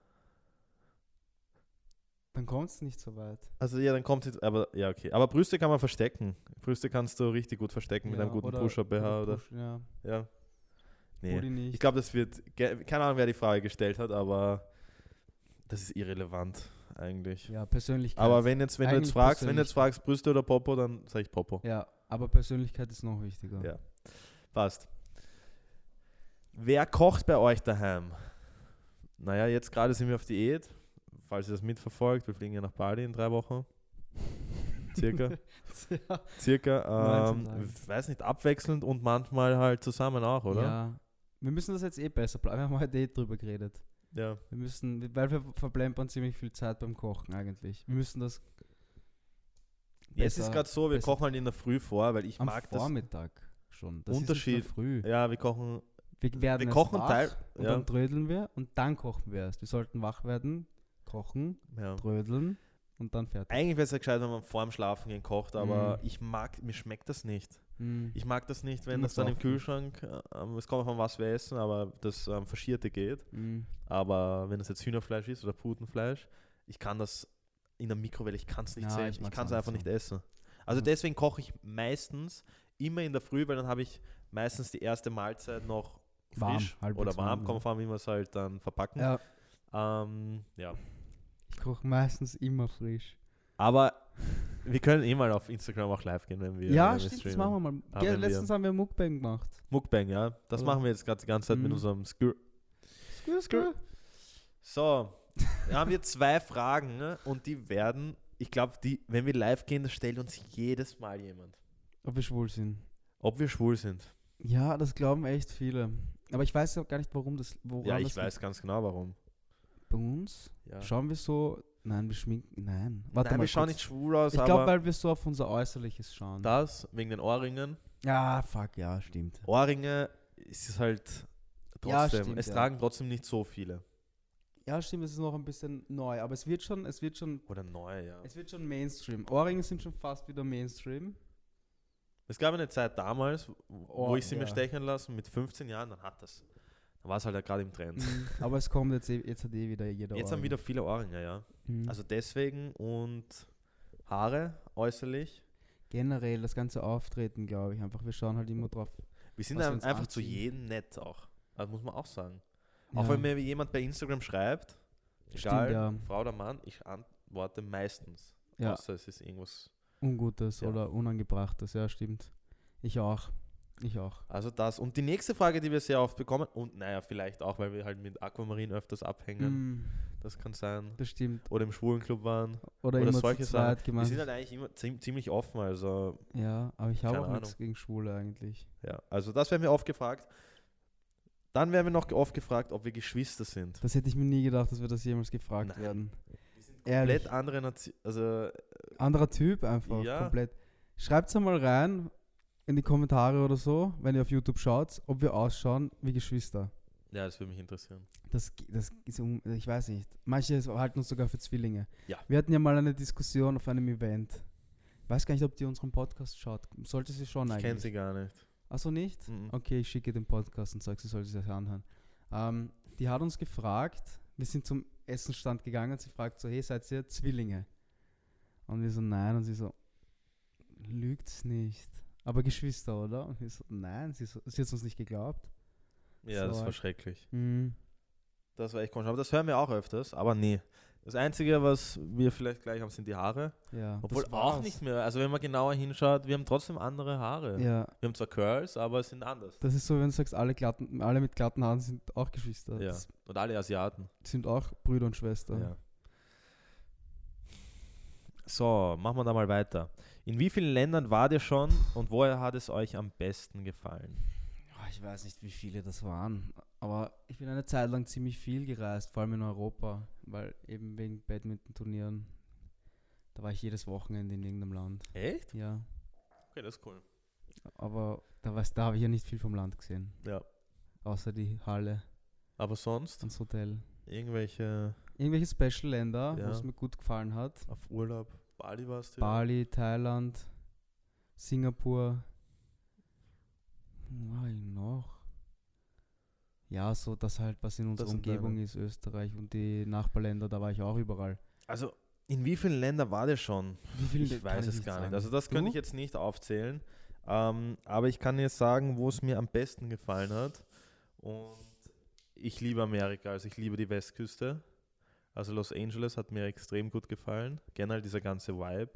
S2: Dann kommt es nicht so weit.
S1: Also ja, dann kommt jetzt, aber ja, okay. Aber Brüste kann man verstecken. Brüste kannst du richtig gut verstecken mit
S2: Ja,
S1: einem guten
S2: oder-
S1: Pusher-BH oder,
S2: Push- ja,
S1: ja. Nee.
S2: Booty nicht.
S1: Ich glaube, das wird, ge- keine Ahnung, wer die Frage gestellt hat, aber das ist irrelevant eigentlich.
S2: ja, Persönlichkeit.
S1: Aber wenn jetzt, wenn du jetzt
S2: Eigentlich
S1: fragst, wenn du jetzt
S2: Persönlichkeit.
S1: fragst, Brüste oder Popo, dann sage ich Popo.
S2: ja, aber Persönlichkeit ist noch wichtiger.
S1: Ja. Passt. Wer kocht bei euch daheim? Naja, jetzt gerade sind wir auf Diät. Falls ihr das mitverfolgt, wir fliegen ja nach Bali in drei Wochen. Circa.
S2: ja.
S1: Circa.
S2: 19 Tage.
S1: Ähm, weiß nicht, abwechselnd und manchmal halt zusammen auch, oder?
S2: Ja. Wir müssen das jetzt eh besser bleiben. Wir haben heute eh drüber geredet.
S1: Ja.
S2: Wir müssen, weil wir verplempern ziemlich viel Zeit beim Kochen eigentlich. Wir müssen das.
S1: Jetzt ist
S2: besser-
S1: gerade so, wir
S2: besser-
S1: kochen halt in der Früh vor, weil ich
S2: am
S1: mag das.
S2: Vormittag schon. Das
S1: Unterschied.
S2: Ist nicht mehr früh.
S1: Ja, wir kochen
S2: Wir werden
S1: Wir
S2: erst
S1: kochen
S2: wach
S1: teil-
S2: und
S1: ja.
S2: dann trödeln wir und dann kochen wir erst. Wir sollten wach werden, kochen,
S1: Ja.
S2: trödeln und dann fertig.
S1: Eigentlich wäre es ja gescheit, wenn man vorm Schlafen gehen kocht, aber
S2: Mhm.
S1: ich mag, mir schmeckt das nicht.
S2: Mhm.
S1: Ich mag das nicht, wenn
S2: Du
S1: das
S2: musst
S1: dann im
S2: auch-
S1: Kühlschrank, äh, ähm, es kommt von was wir essen, aber das ähm, Verschierte geht.
S2: Mhm.
S1: Aber wenn das jetzt Hühnerfleisch ist oder Putenfleisch, ich kann das in der Mikrowelle, ich kann es nicht
S2: Ja,
S1: sehen.
S2: ich
S1: Ich,
S2: mag's
S1: kann es
S2: auch
S1: einfach
S2: nicht
S1: nicht essen. Also
S2: Ja.
S1: deswegen koche ich meistens immer in der Früh, weil dann habe ich meistens die erste Mahlzeit noch
S2: Warm,
S1: frisch
S2: halbwegs
S1: oder warm,
S2: warm,
S1: kommt
S2: ja.
S1: vor allem, wie wir es halt dann verpacken.
S2: Ja,
S1: Ähm, ja.
S2: ich koche meistens immer frisch.
S1: Aber wir können eh mal auf Instagram auch live gehen, wenn wir.
S2: Ja,
S1: wenn wir
S2: stimmt, das
S1: streamen.
S2: machen wir mal.
S1: Ah,
S2: ja,
S1: wenn wir-
S2: letztens haben wir Mukbang gemacht.
S1: Mukbang, ja. Das
S2: Oder-
S1: machen wir jetzt gerade die ganze Zeit mit
S2: Mhm.
S1: unserem Skir
S2: Skur, skur.
S1: So, da haben wir zwei Fragen ne? und die werden, ich glaube, die, wenn wir live gehen, das stellt uns jedes Mal jemand.
S2: Ob wir schwul sind.
S1: Ob wir schwul sind.
S2: Ja, das glauben echt viele. Aber ich weiß auch gar nicht, warum das. Woran
S1: ja, ich
S2: das
S1: weiß ganz genau warum.
S2: liegt. bei uns
S1: Ja.
S2: schauen wir so. Nein, wir schminken. Nein. Warte
S1: Nein,
S2: mal.
S1: wir schauen
S2: kurz.
S1: nicht schwul aus,
S2: Ich glaube,
S1: aber
S2: weil wir so auf unser Äußerliches schauen.
S1: das wegen den Ohrringen.
S2: Ja, fuck, ja, stimmt.
S1: Ohrringe ist es halt trotzdem.
S2: Ja, stimmt,
S1: es
S2: ja.
S1: tragen trotzdem nicht so viele.
S2: Ja, stimmt, es ist noch ein bisschen neu, aber es wird schon, es wird schon,
S1: Oder neue, ja.
S2: es wird schon Mainstream. Ohrringe sind schon fast wieder Mainstream.
S1: Es gab eine Zeit damals, wo
S2: Oh,
S1: ich sie
S2: ja.
S1: mir stechen lassen, mit 15 Jahren, dann hat das. Da war es halt ja gerade im Trend.
S2: Mhm. aber es kommt jetzt, eh- jetzt hat eh wieder jeder
S1: Jetzt haben
S2: Ohrringe.
S1: wieder viele Ohrringe, ja.
S2: Mhm.
S1: Also deswegen und Haare äußerlich.
S2: generell das ganze Auftreten, glaube ich, einfach, wir schauen halt immer drauf.
S1: Wir sind
S2: Was wir
S1: ein-
S2: uns
S1: einfach zu
S2: anziehen.
S1: jedem nett auch. Das muss man auch sagen. Auch
S2: Ja.
S1: wenn mir jemand bei Instagram schreibt,
S2: Stimmt,
S1: egal,
S2: ja.
S1: Frau oder Mann, ich antworte meistens.
S2: Ja.
S1: Außer es ist irgendwas.
S2: Ungutes
S1: Ja.
S2: oder Unangebrachtes, ja, stimmt. Ich auch. Ich auch.
S1: Also das. Und die nächste Frage, die wir sehr oft bekommen, und naja, vielleicht auch, weil wir halt mit Aquamarin öfters abhängen,
S2: Mhm,
S1: das kann sein.
S2: das stimmt.
S1: Oder im Schwulenclub waren.
S2: Oder,
S1: Oder
S2: immer
S1: solche
S2: zu zweit
S1: Sachen. Wir
S2: gemacht.
S1: sind halt eigentlich immer ziem- ziemlich offen, also
S2: ja, aber ich habe
S1: Keine
S2: auch nichts
S1: Ahnung.
S2: gegen Schwule eigentlich.
S1: Ja, also das werden wir oft gefragt. Dann werden wir noch oft gefragt, ob wir Geschwister sind.
S2: Das hätte ich mir nie gedacht, dass wir das jemals gefragt
S1: Nein.
S2: werden.
S1: Komplett
S2: Ehrlich.
S1: andere Nation. Also,
S2: Anderer Typ einfach,
S1: Ja.
S2: komplett. Schreibt's einmal rein in die Kommentare oder so, wenn ihr auf YouTube schaut, ob wir ausschauen wie Geschwister.
S1: ja, das würde mich interessieren.
S2: Das, ge- das ist, un- ich weiß nicht. Manche so- halten uns sogar für Zwillinge.
S1: Ja.
S2: Wir hatten ja mal eine Diskussion auf einem Event. Weiß gar nicht, ob die unseren Podcast schaut. Sollte sie schon
S1: Ich kenne
S2: eigentlich.
S1: sie gar nicht.
S2: Achso, nicht?
S1: Mhm.
S2: Okay, ich schicke den Podcast und sage, sie soll sich das anhören. Ähm, die hat uns gefragt, wir sind zum Essenstand gegangen und sie fragt so, hey, seid ihr Zwillinge? Und wir so, nein. Und sie so, lügt's nicht. Aber Geschwister, oder? Und wir so, nein, sie, so, sie hat uns nicht geglaubt.
S1: Ja, das
S2: So. halt.
S1: war schrecklich.
S2: Mhm.
S1: Das war echt komisch. Aber das hören wir auch öfters. Aber nee. Das Einzige, was wir vielleicht gleich haben, sind die Haare.
S2: Ja,
S1: Obwohl
S2: das
S1: auch
S2: war's.
S1: nicht mehr. Also, wenn man genauer hinschaut, wir haben trotzdem andere Haare.
S2: Ja,
S1: Wir haben zwar Curls, aber es sind anders.
S2: das ist so, wenn du sagst, alle, glatten, alle mit glatten Haaren sind auch Geschwister.
S1: Ja.
S2: Das
S1: Und alle Asiaten.
S2: sind auch Brüder und Schwestern.
S1: Ja. So, machen wir da mal weiter. In wie vielen Ländern wart ihr schon und woher hat es euch am besten gefallen?
S2: Ah, Ich weiß nicht, wie viele das waren, aber ich bin eine Zeit lang ziemlich viel gereist, vor allem in Europa, weil eben wegen Badminton-Turnieren. Da war ich jedes Wochenende in irgendeinem Land.
S1: Echt?
S2: Ja,
S1: Okay, das ist cool.
S2: aber da, weiß- da habe ich ja nicht viel vom Land gesehen.
S1: Ja.
S2: Außer die Halle
S1: Aber sonst
S2: und das Hotel.
S1: irgendwelche
S2: Irgendwelche Special-Länder, wo
S1: Ja.
S2: es mir gut gefallen hat.
S1: auf Urlaub? Bali warst du?
S2: Bali, Thailand, Singapur. Nein, noch. Ja, so das halt, was in unserer
S1: Das sind
S2: Umgebung
S1: deine.
S2: ist, Österreich und die Nachbarländer, da war ich auch überall.
S1: Also, in wie vielen Ländern wart ihr schon?
S2: Wie viele
S1: Ich
S2: kann
S1: weiß es
S2: nicht
S1: gar nicht.
S2: sagen.
S1: Also, das könnte
S2: Du?
S1: ich jetzt nicht aufzählen. Ähm, aber ich kann jetzt sagen, wo es mir am besten gefallen hat. Und ich liebe Amerika, also ich liebe die Westküste. Also, Los Angeles hat mir extrem gut gefallen. Generell dieser ganze Vibe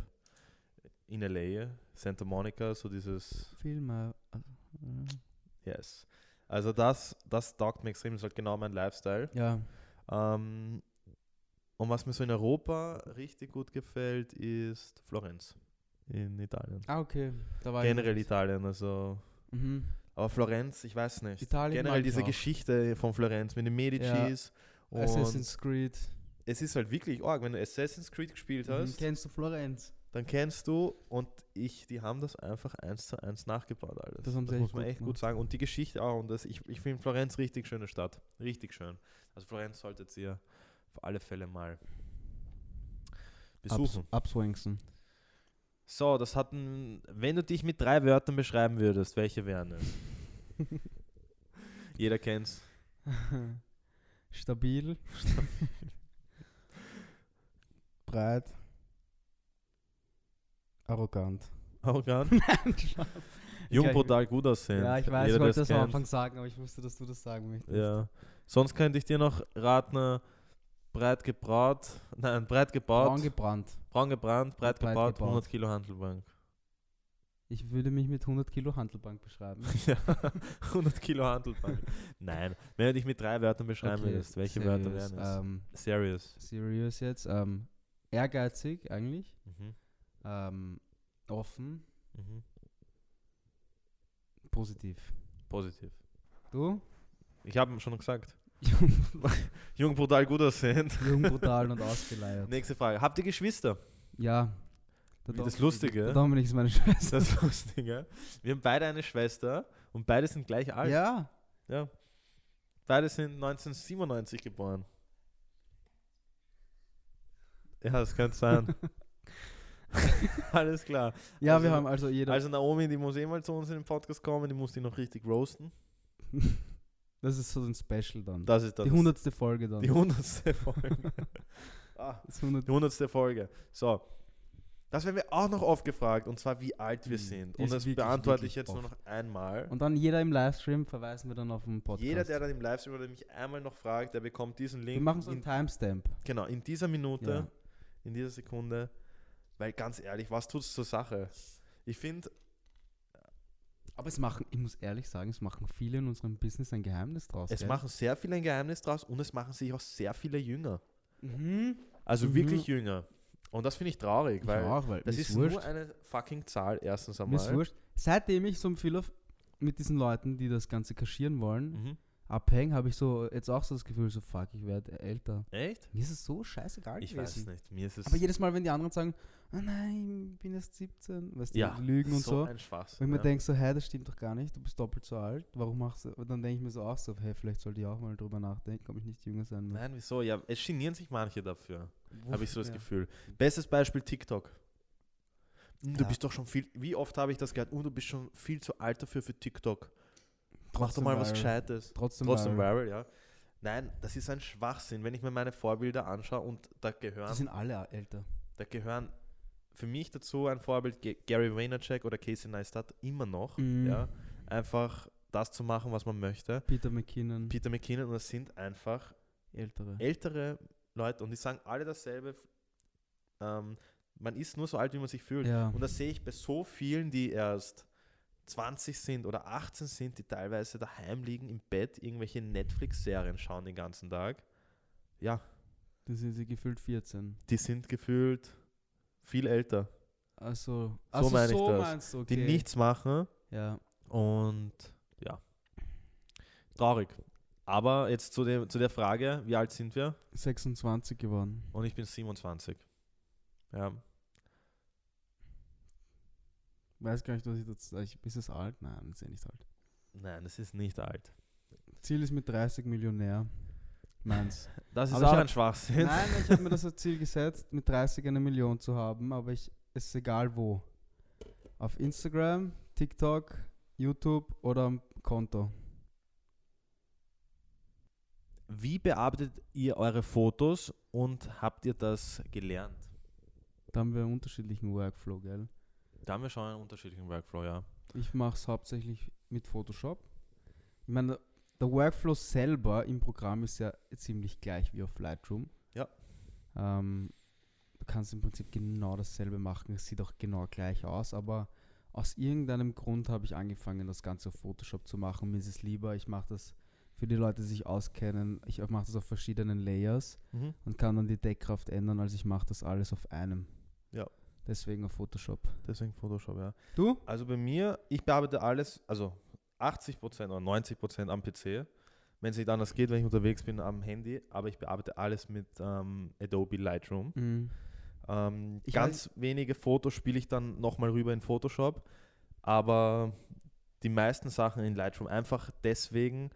S1: in LA, Santa Monica, so dieses
S2: Viel mehr. also,
S1: Yes. Also das, das taugt mir extrem, das ist halt genau mein Lifestyle.
S2: Ja,
S1: Ähm, und was mir so in Europa richtig gut gefällt, ist Florenz in Italien.
S2: ah, okay. Da war ich
S1: Generell
S2: nicht.
S1: Italien, also.
S2: Mhm.
S1: Aber Florenz, ich weiß nicht.
S2: Italien mag
S1: Generell
S2: ich
S1: diese
S2: auch.
S1: Geschichte von Florenz mit den Medicis. Und
S2: Assassin's Creed.
S1: es ist halt wirklich arg, wenn du Assassin's Creed gespielt
S2: Mhm.
S1: hast,
S2: Kennst du Florenz?
S1: dann kennst du und ich, die haben das einfach eins zu eins nachgebaut alles.
S2: Das haben sie echt
S1: muss man
S2: gut
S1: echt gut
S2: gemacht.
S1: sagen. Und die Geschichte auch. Und das, ich, ich finde Florenz richtig schöne Stadt. Richtig schön. Also Florenz solltet ihr auf alle Fälle mal besuchen.
S2: Abs Abswanksen.
S1: So, das hatten, wenn du dich mit drei Wörtern beschreiben würdest, welche wären es? Jeder kennt's.
S2: Stabil. Breit. Arrogant.
S1: Arrogant. Jung,
S2: glaub, ich-
S1: brutal, gut aussehen.
S2: Ja, ich weiß,
S1: Jeder,
S2: ich wollte
S1: der's
S2: das am
S1: kennt.
S2: Anfang sagen, aber ich wusste, dass du das sagen möchtest.
S1: Ja. Sonst könnte ich dir noch raten, äh, breit gebraut, nein, breit gebaut,
S2: Braun
S1: braun,
S2: gebrannt.
S1: gebrannt, breit,
S2: Breit
S1: gebaut,
S2: gebaut.
S1: 100 Kilo Handelbank.
S2: Ich würde mich mit 100 Kilo Handelbank beschreiben.
S1: ja, 100 Kilo Handelbank. Nein, wenn du dich mit drei Wörtern beschreiben
S2: Okay,
S1: würdest, welche Wörter
S2: serious,
S1: wären es?
S2: Ähm,
S1: Serious.
S2: serious jetzt. Ähm, ehrgeizig eigentlich.
S1: Mhm.
S2: Ähm, offen.
S1: Mhm.
S2: Positiv.
S1: Positiv.
S2: Du?
S1: Ich habe schon gesagt, Jung, brutal, gut aussehend.
S2: Jung, brutal und ausgeleiert.
S1: Nächste Frage. Habt ihr Geschwister?
S2: Ja.
S1: Wie das Lustige.
S2: Der Dominik ist meine Schwester.
S1: Das ist Lustige. Wir haben beide eine Schwester und beide sind gleich alt.
S2: Ja.
S1: Ja. Beide sind 1997 geboren. Ja, das könnte sein. Alles klar.
S2: Ja, wir
S1: Also-
S2: haben also jeder.
S1: Also Naomi, die muss eh mal zu uns in den Podcast kommen, die muss die noch richtig roasten.
S2: das ist so ein Special dann.
S1: Das ist das.
S2: die hundertste Folge dann.
S1: die hundertste Folge. ah,
S2: Das hundert-
S1: die hundertste Folge. So. Das werden wir auch noch oft gefragt, und zwar wie alt wir
S2: Mhm.
S1: sind.
S2: Ist
S1: Und das
S2: wirklich,
S1: beantworte ich
S2: wirklich
S1: jetzt nur
S2: oft.
S1: noch einmal.
S2: Und dann jeder im Livestream verweisen wir dann auf den Podcast.
S1: Jeder, der dann im Livestream oder mich einmal noch fragt, der bekommt diesen Link.
S2: wir machen so einen
S1: in,
S2: Timestamp.
S1: genau, in dieser Minute,
S2: Ja.
S1: in dieser Sekunde. Weil ganz ehrlich, was tut's zur Sache? Ich finde,
S2: Aber es machen, ich muss ehrlich sagen, es machen viele in unserem Business ein Geheimnis draus.
S1: es
S2: gell?
S1: machen sehr viele ein Geheimnis draus und es machen sich auch sehr viele jünger.
S2: Mhm.
S1: Also
S2: Mhm.
S1: wirklich jünger. Und das finde ich traurig,
S2: Ich
S1: weil
S2: auch, weil
S1: das
S2: mir's
S1: ist
S2: wurscht.
S1: nur eine fucking Zahl, erstens
S2: Mir ist
S1: einmal.
S2: wurscht. Seitdem ich so ein viel auf- mit diesen Leuten, die das Ganze kaschieren wollen,
S1: Mhm.
S2: abhängen, habe ich so jetzt auch so das Gefühl, so fuck, ich werde älter.
S1: Echt?
S2: Mir ist es so scheißegal
S1: Ich weiß
S2: gewesen.
S1: nicht. Mir ist es
S2: Aber jedes Mal, wenn die anderen sagen, ah nein, ich bin erst 17, weißt du,
S1: ja,
S2: Lügen und so.
S1: ein Schwachsinn.
S2: Wenn ich mir
S1: ja.
S2: denke, so, hey, das stimmt doch gar nicht, du bist doppelt so alt, warum machst du. Und dann denke ich mir so auch so, hey, vielleicht sollte ich auch mal drüber nachdenken, ob ich nicht jünger sein muss.
S1: Nein, wieso? Ja, es genieren sich manche dafür. Habe ich so das
S2: Ja.
S1: Gefühl. Bestes Beispiel TikTok. Hm, Du
S2: Ja.
S1: bist doch schon viel. Wie oft habe ich das gehört? Und du bist schon viel zu alt dafür für TikTok. Mach doch
S2: Trotzdem
S1: mal was
S2: viral.
S1: Gescheites.
S2: Trotzdem,
S1: Trotzdem
S2: viral.
S1: viral, ja. Nein, das ist ein Schwachsinn. Wenn ich mir meine Vorbilder anschaue und da
S2: Die
S1: gehören,
S2: sind alle älter.
S1: da gehören für mich dazu ein Vorbild Ge- Gary Vaynerchuk oder Casey Neistat immer noch.
S2: Mhm.
S1: Ja, einfach das zu machen, was man möchte.
S2: Peter McKinnon,
S1: Peter McKinnon, und das sind einfach
S2: ältere.
S1: ältere Leute und die sagen alle dasselbe. Ähm, man ist nur so alt, wie man sich fühlt.
S2: Ja.
S1: Und das sehe ich bei so vielen, die erst 20 sind oder 18 sind, die teilweise daheim liegen im Bett, irgendwelche Netflix-Serien schauen den ganzen Tag. Ja,
S2: Dann sind sie gefühlt 14.
S1: die sind gefühlt viel älter,
S2: Also,
S1: So
S2: also
S1: meine ich das.
S2: meinst du, okay.
S1: die nichts machen
S2: Ja.
S1: und ja, traurig. Aber jetzt zu, dem, zu der Frage, wie alt sind wir?
S2: 26 geworden.
S1: Und ich bin 27. Ja,
S2: Weiß gar nicht, was ich dazu sage. Ich- Ist es alt? Nein, ist eh nicht alt.
S1: nein, das ist nicht alt.
S2: Ziel ist mit 30 Millionär. Meins.
S1: Das ist
S2: Aber ich
S1: auch
S2: hab-
S1: ein Schwachsinn.
S2: Nein, ich habe mir das als Ziel gesetzt, mit 30 eine Million zu haben, aber ich es ist egal wo. Auf Instagram, TikTok, YouTube oder am Konto.
S1: Wie bearbeitet ihr eure Fotos und habt ihr das gelernt?
S2: Da haben wir einen unterschiedlichen Workflow, gell?
S1: Da haben wir schon einen unterschiedlichen Workflow, ja.
S2: Ich mache es hauptsächlich mit Photoshop. Ich meine, der Workflow selber im Programm ist ja ziemlich gleich wie auf Lightroom.
S1: Ja.
S2: Ähm, du kannst im Prinzip genau dasselbe machen. Es sieht auch genau gleich aus, aber aus irgendeinem Grund habe ich angefangen, das Ganze auf Photoshop zu machen. Mir ist es lieber, ich mache das für die Leute, die sich auskennen. Ich mache das auf verschiedenen Layers und kann dann die Deckkraft ändern, als ich mache das alles auf einem.
S1: Ja.
S2: Deswegen auf Photoshop.
S1: Deswegen Photoshop, ja.
S2: Du?
S1: Also bei mir, ich bearbeite alles, also 80% oder 90% am PC. Wenn es nicht anders geht, wenn ich unterwegs bin am Handy, aber ich bearbeite alles mit ähm, Adobe Lightroom.
S2: Mhm.
S1: Ähm,
S2: Ich
S1: ganz wenige Fotos spiele ich dann nochmal rüber in Photoshop, aber die meisten Sachen in Lightroom einfach deswegen,